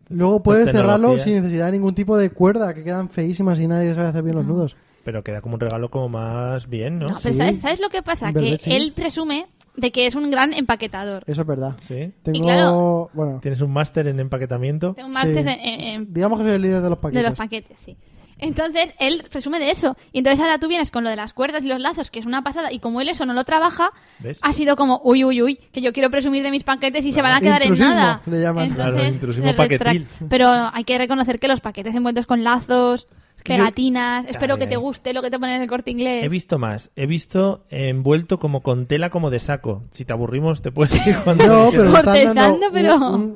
B: Luego puedes
A: Pues
B: cerrarlo
A: tecnología.
B: sin necesidad de ningún tipo de cuerda, que quedan feísimas y nadie sabe hacer bien
C: Ah.
B: los nudos.
A: Pero queda como un regalo como más bien, ¿no?
C: No, pero
B: Sí.
C: ¿sabes, ¿sabes lo que pasa?
B: Verdad,
C: Que
B: sí.
C: él presume de que es un gran empaquetador.
B: Eso es verdad.
A: Sí.
B: Tengo.
C: claro-
B: Bueno.
A: Tienes un máster en empaquetamiento.
C: Tengo un máster
B: sí.
C: en- en- en
B: Digamos que soy el líder de los paquetes.
C: De los paquetes, sí. Entonces, él presume de eso. Y entonces ahora tú vienes con lo de las cuerdas y los lazos, que es una pasada, y como él eso no lo trabaja,
A: ¿Ves?
C: ha sido como, uy, uy, uy, que yo quiero presumir de mis paquetes y se van a quedar en
B: Intrusismo,
C: nada.
B: le llaman.
C: Entonces,
A: Claro, intrusismo
C: se retrae.
A: paquetil.
C: Pero hay que reconocer que los paquetes envueltos con lazos,
A: que yo-
C: pegatinas, espero
A: Ay,
C: que
A: ay.
C: te guste lo que te ponen en el corte inglés.
A: He visto más. He visto envuelto como con tela como de saco. Si te aburrimos, te puedes ir cuando quieras.
B: No, pero le están
C: Cortezando,
B: dando un-
C: pero-
B: un-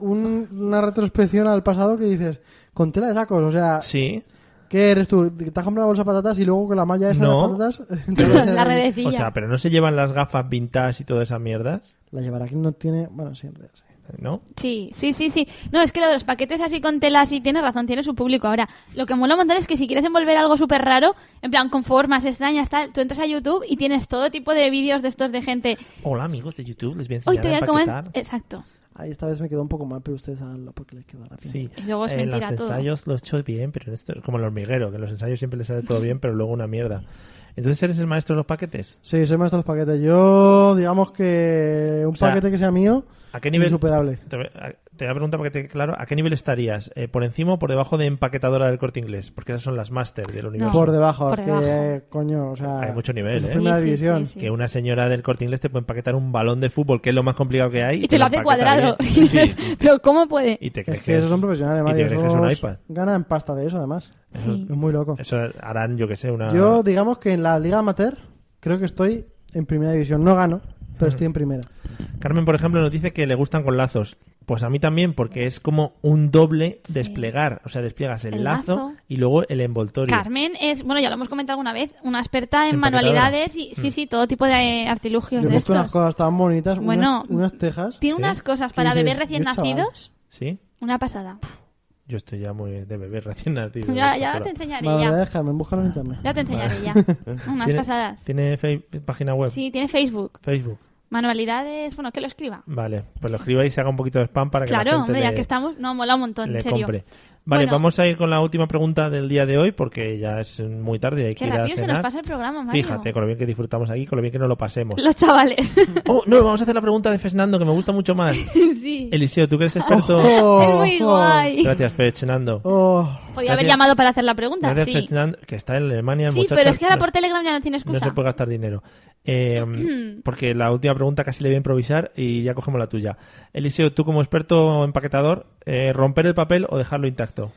B: un- una retrospección al pasado que dices, con tela de sacos, o sea,
A: Sí.
B: ¿qué eres tú? ¿Te has comprado una bolsa de patatas y luego con la malla esa
A: No.
B: de las patatas?
C: la redecilla.
A: O sea, pero no se llevan las gafas vintage y todas esas mierdas,
B: La llevará quien no tiene... Bueno, sí, en realidad sí.
A: ¿no?
C: Sí, sí, sí, sí. No, es que lo de los paquetes así con tela así tiene razón, tiene su público. Ahora, lo que mola un montón es que si quieres envolver algo súper raro, en plan con formas extrañas, tal, tú entras a YouTube y tienes todo tipo de vídeos de estos de gente.
A: Hola amigos de YouTube, les voy a enseñar
C: Hoy te voy
A: a
C: a comer.
A: empaquetar.
C: Exacto.
B: Ahí esta vez me quedó un poco mal, pero ustedes háganlo porque les queda la pena.
A: Sí.
C: Y luego es
A: Eh,
C: mentira
A: los
C: todo.
A: ensayos los he hecho bien, pero esto es como el hormiguero, que los ensayos siempre les sale todo bien, pero luego una mierda. Entonces eres el maestro de los paquetes.
B: Sí, soy maestro de los paquetes. Yo, digamos que un
A: O sea,
B: paquete que sea mío,
A: ¿A qué nivel?
B: insuperable.
A: Te voy a- te voy a preguntar para que te quede claro, ¿a qué nivel estarías? Eh, ¿Por encima o por debajo de empaquetadora del corte inglés? Porque esas son las máster del universo.
B: Por debajo,
C: Por
B: es
C: debajo.
B: que, coño, o sea...
A: Hay mucho nivel, ¿eh?
B: Primera
C: Sí, sí,
B: división.
C: sí, sí.
A: Que una señora del corte inglés te puede empaquetar un balón de fútbol, que es lo más complicado que hay.
C: Y te lo hace
A: empaqueta
C: cuadrado.
A: bien.
C: Y dices,
A: Sí, y-
C: Pero ¿cómo puede?
A: y te crees
B: Es que esos son profesionales,
A: y te
B: Mario.
A: crees que es un
B: esos
A: iPad.
B: Ganan pasta de eso, además.
C: Sí.
B: Es muy loco.
A: Eso harán, yo que sé, una...
B: Yo, digamos que en la Liga Amateur, creo que estoy en primera división. No gano,
A: Mm.
B: pero estoy en primera.
A: Carmen, por ejemplo, nos dice que le gustan con lazos. Pues a mí también, porque es como un doble desplegar. O sea, despliegas el,
C: El
A: lazo,
C: lazo.
A: y luego el envoltorio.
C: Carmen es, bueno, ya lo hemos comentado alguna vez, una experta en
A: Empaquetadora. Mm.
C: manualidades y sí, sí, todo tipo de eh, artilugios
B: Yo he
C: de
B: visto
C: estos.
B: unas cosas tan bonitas,
C: Bueno,
B: unas, unas tejas.
C: Tiene
A: Sí.
C: unas cosas para
B: dices,
C: bebés recién
B: "Yo, chaval".
C: nacidos.
A: ¿Sí?
C: Una pasada.
A: Yo estoy ya muy de bebé recién nacido.
C: Ya,
A: Esa
C: ya
A: cola.
C: te enseñaré ya.
B: Madre, déjame, búscalo en internet.
C: Ya te enseñaré ya. Unas
A: ¿Tiene-
C: pasadas.
A: ¿Tiene fe- página web?
C: Sí, tiene Facebook.
A: Facebook.
C: Manualidades, bueno, que lo escriba. Claro,
A: Vale, pues lo escriba y se haga un poquito de spam para que la gente
C: hombre, ya
A: le-
C: que estamos, no, mola un montón,
A: le
C: en serio.
A: compre. Vale,
C: Bueno.
A: vamos a ir con la última pregunta del día de hoy porque ya es muy tarde y hay que
C: Qué
A: ir a
C: rápido se nos
A: cenar.
C: pasa el programa, Mario.
A: Fíjate, con lo bien que disfrutamos aquí, con lo bien que nos lo pasemos.
C: Los chavales.
A: Oh, no, vamos a hacer la pregunta de Fernando que me gusta mucho más.
C: sí.
A: Eliseo, tú que eres experto.
B: Oh,
C: es muy
B: oh,
C: guay.
A: Gracias, Fernando.
B: oh.
C: Podía haber
A: gracias.
C: llamado para hacer la pregunta,
A: Gracias,
C: sí.
A: Fernando, que está en Alemania. el
C: Sí,
A: muchacho
C: pero es que ahora
A: no-
C: por Telegram ya no tiene excusa.
A: No se puede gastar dinero. Eh, porque la última pregunta casi le voy a improvisar y ya cogemos la tuya. Eliseo, tú como experto empaquetador, eh, ¿romper el papel o dejarlo intacto?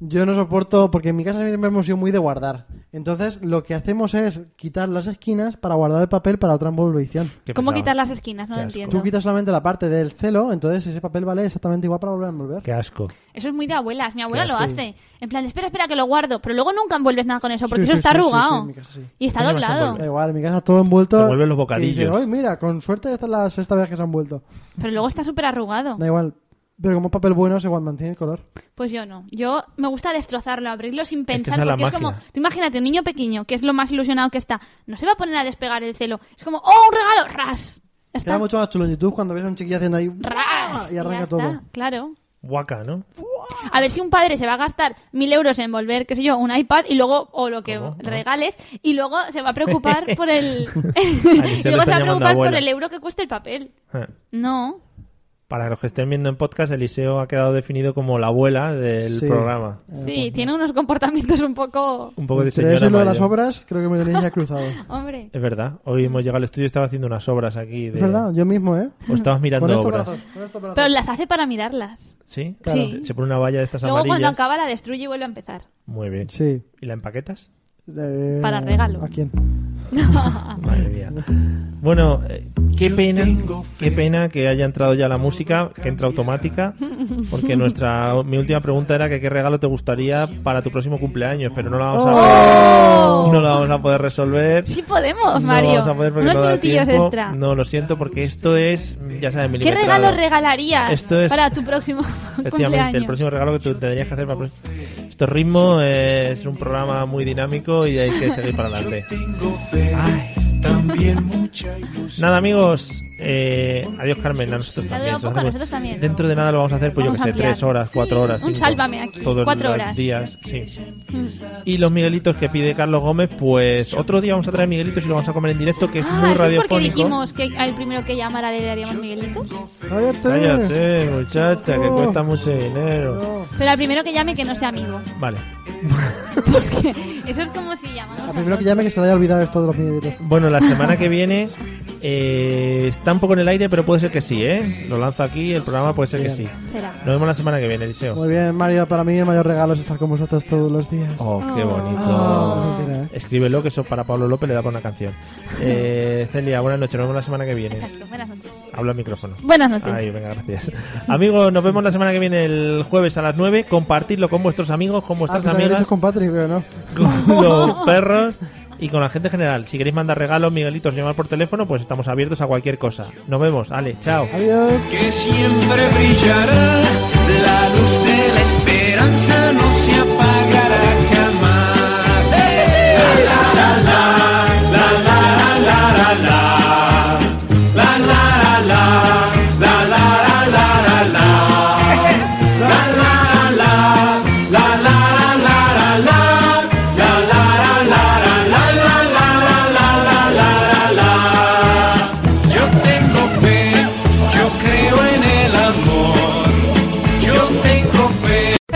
B: Yo no soporto, porque en mi casa siempre hemos sido muy de guardar. Entonces, lo que hacemos es quitar las esquinas para guardar el papel para otra envolvición.
A: ¿Qué
C: ¿Cómo
A: pensabas?
C: quitar las esquinas? No
A: Qué
C: lo
A: asco.
C: entiendo.
B: Tú quitas solamente la parte del celo, entonces ese papel vale exactamente igual para volver a envolver.
A: Qué asco.
C: Eso es muy de abuelas. Mi abuela
A: Claro,
C: lo
A: sí.
C: hace. En plan, espera, espera, que lo guardo. Pero luego nunca envuelves nada con eso, porque
B: Sí,
C: eso
B: sí,
C: está
B: sí, sí,
C: arrugado.
B: sí, en mi casa sí.
C: Y está
A: ¿Cómo le vas a
C: doblado.
A: envolver?
B: Da igual, en mi casa todo envuelto.
A: Te vuelven los
B: Y dices,
A: bocadillos.
B: "Ay, mira, con suerte esta es la sexta vez que se han vuelto.
C: Pero luego está súper arrugado.
B: Da igual. Pero como papel bueno se mantiene el color.
C: Pues yo no. Yo me gusta destrozarlo, abrirlo sin
A: que
C: pensar,
A: esa es la
C: porque es
A: magia.
C: como, tú imagínate, un niño pequeño, que es lo más ilusionado que está, no se va a poner a despegar el celo. Es como, ¡oh, un regalo! ¡Ras! Ya
B: Queda
C: Está.
B: mucho más chulo en YouTube cuando ves a un chiquillo haciendo ahí.
C: ¡Ras!
B: Y arranca
C: ya
B: todo.
C: está, Claro.
A: Guaca, ¿no?
C: A ver si un padre se va a gastar mil euros en volver, qué sé yo, un iPad y luego, o lo que
A: ¿Cómo? No.
C: regales, y luego se va a preocupar por
A: le
C: el. luego se va
A: están
C: a
A: llamando
C: preocupar por
A: abuela.
C: el euro que cuesta el papel.
A: Eh.
C: No.
A: Para los que estén viendo en podcast, Eliseo ha quedado definido como la abuela del
B: Sí.
A: programa.
B: Ah, pues
C: Sí, tiene unos comportamientos un poco.
A: Un poco de
B: Entre
A: señora
B: eso y lo de
A: mayor.
B: las obras, creo que me tenéis ya cruzado. es
C: Hombre.
A: Es verdad. Hoy hemos llegado al estudio y estaba haciendo unas obras aquí. De...
B: verdad, yo mismo, ¿eh?
A: O estabas mirando
B: Con estos
A: obras.
B: brazos. Con estos brazos.
C: Pero las hace para mirarlas.
A: ¿Sí?
C: Claro. Sí.
A: Se pone una valla de estas
C: Luego cuando
A: amarillas.
C: acaba la destruye y vuelve a empezar.
A: Muy bien.
B: Sí.
A: ¿Y la empaquetas?
B: Eh,
C: Para regalo.
B: ¿A quién?
A: Madre mía. Bueno, eh, qué pena, qué pena que haya entrado ya la música, que entra automática, porque nuestra mi última pregunta era que qué regalo te gustaría para tu próximo cumpleaños, pero no la vamos a poder, no la vamos a poder resolver.
C: Oh. Sí podemos,
A: no
C: Mario.
A: vamos a poder porque
C: Unos
A: no da
C: minutillos
A: tiempo.
C: extra.
A: No, lo siento porque esto es, ya sabes,
C: ¿Qué
A: milimetrado.
C: regalo regalarías
A: Esto es-
C: para tu próximo
A: Efectivamente, el
C: cumpleaños?
A: próximo regalo que tú tendrías que hacer para... Estos ritmos es un programa muy dinámico y hay que seguir para adelante. Ay. Nada, amigos. eh, adiós, Carmen. A nosotros
C: Ha
A: también.
C: durado
A: se nos
C: poco, a
A: hace-
C: nosotros también.
A: Dentro de nada lo vamos a hacer, pues
C: Vamos
A: yo
C: a
A: que sé,
C: ampliar.
A: tres horas, cuatro horas.
C: Un
A: cinco,
C: sálvame aquí,
A: Todos
C: cuatro
A: los
C: horas.
A: días, sí.
C: Mm. Ah,
A: Y los Miguelitos que pide Carlos Gómez, pues otro día vamos a traer Miguelitos y lo vamos a comer en directo, que es
C: ah,
A: muy
C: ¿eso es porque
A: radiofónico.
C: dijimos que al primero que llamara le daríamos Miguelitos?
B: Cállate.
A: Cállate, muchacha, que
B: No.
A: cuesta mucho dinero.
B: No.
C: Pero al primero que llame que no sea amigo.
A: Vale.
C: Porque eso es como si llamamos
B: Al
C: a
B: primero que
C: todos.
B: llame que se le haya olvidado esto de los minutitos.
A: Bueno, la semana que viene eh, está un poco en el aire, pero puede ser que sí, ¿eh? Lo lanzo aquí, el programa puede ser que sí.
B: Bien.
C: Será.
A: Nos vemos la semana que viene, Eliseo.
B: Muy bien, Mario, para mí el mayor regalo es estar con vosotros todos los días.
A: Oh, qué bonito.
B: Ah, mira, eh.
A: Escríbelo, que eso para Pablo López le da por una canción. Eh, Celia, buenas noches, nos vemos la semana que viene.
C: Exacto. Buenas noches.
A: Habla al micrófono.
C: Buenas noches.
A: Ay, venga, gracias. Amigos, nos vemos la semana que viene el jueves a las 9. Compartidlo con vuestros amigos, con
B: Ah,
A: vuestras
B: pensaba que lo he
A: amigas,
B: hecho con Patrick, pero no.
A: con los perros y con la gente en general. Si queréis mandar regalos, Miguelitos, llamar por teléfono, pues estamos abiertos a cualquier cosa. Nos vemos, Ale, chao.
B: Adiós.
F: que siempre brillará, la luz de la esperanza no se apagará jamás. Yo tengo fe, yo creo en el amor, yo tengo fe.